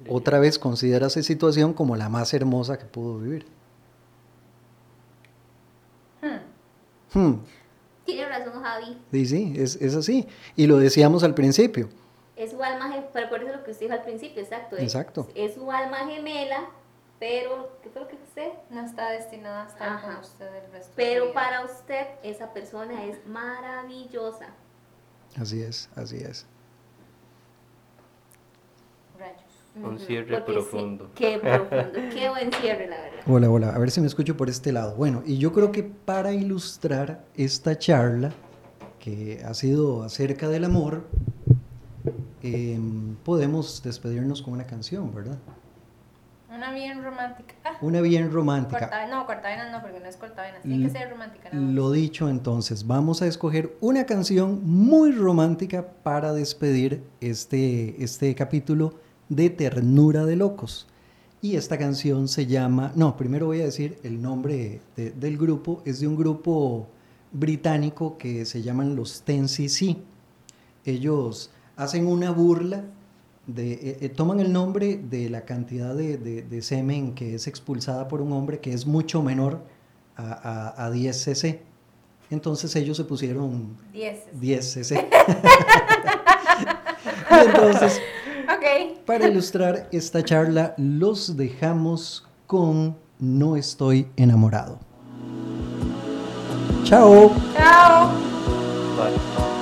Speaker 3: otra vez considera esa situación como la más hermosa que pudo vivir. Hmm.
Speaker 6: Tiene razón, Javi.
Speaker 3: Sí, sí, es, es así. Y lo decíamos al principio.
Speaker 6: Es su alma gemela, recuerda lo que usted dijo al principio, exacto. es-
Speaker 3: Exacto.
Speaker 6: Es, su alma gemela, pero, ¿qué fue lo que usted?
Speaker 7: No está destinada a estar con
Speaker 6: Ajá.
Speaker 7: usted el resto. de
Speaker 6: Pero
Speaker 7: vida.
Speaker 6: para usted esa persona es maravillosa.
Speaker 3: Así es, así es.
Speaker 7: Rayos.
Speaker 5: Un
Speaker 6: Ujú,
Speaker 5: cierre
Speaker 6: porque sí,
Speaker 5: profundo.
Speaker 6: qué profundo, qué buen cierre, la verdad.
Speaker 3: Hola, hola, a ver si me escucho por este lado. Bueno, y yo creo que para ilustrar esta charla, que ha sido acerca del amor, em, podemos despedirnos con una canción, ¿verdad?
Speaker 7: Una bien romántica. Ah,
Speaker 3: Una bien romántica.
Speaker 7: corta- no, cortavenas no, porque no es cortavenas. Tiene que
Speaker 3: L-
Speaker 7: ser romántica. nada más.
Speaker 3: Lo dicho entonces, vamos a escoger una canción muy romántica para despedir este, este capítulo de Ternura de Locos. Y esta canción se llama, no, primero voy a decir el nombre de- del grupo, es de un grupo británico que se llaman los Ten CC. Ellos hacen una burla, de, eh, eh, toman el nombre de la cantidad de, de- de semen que es expulsada por un hombre que es mucho menor a, a- a 10 cc. Entonces ellos se pusieron
Speaker 7: Dieces.
Speaker 3: 10 cc. y entonces
Speaker 7: Ok.
Speaker 3: para ilustrar esta charla, los dejamos con No estoy enamorado. Chao.
Speaker 7: Chao.
Speaker 5: Vale.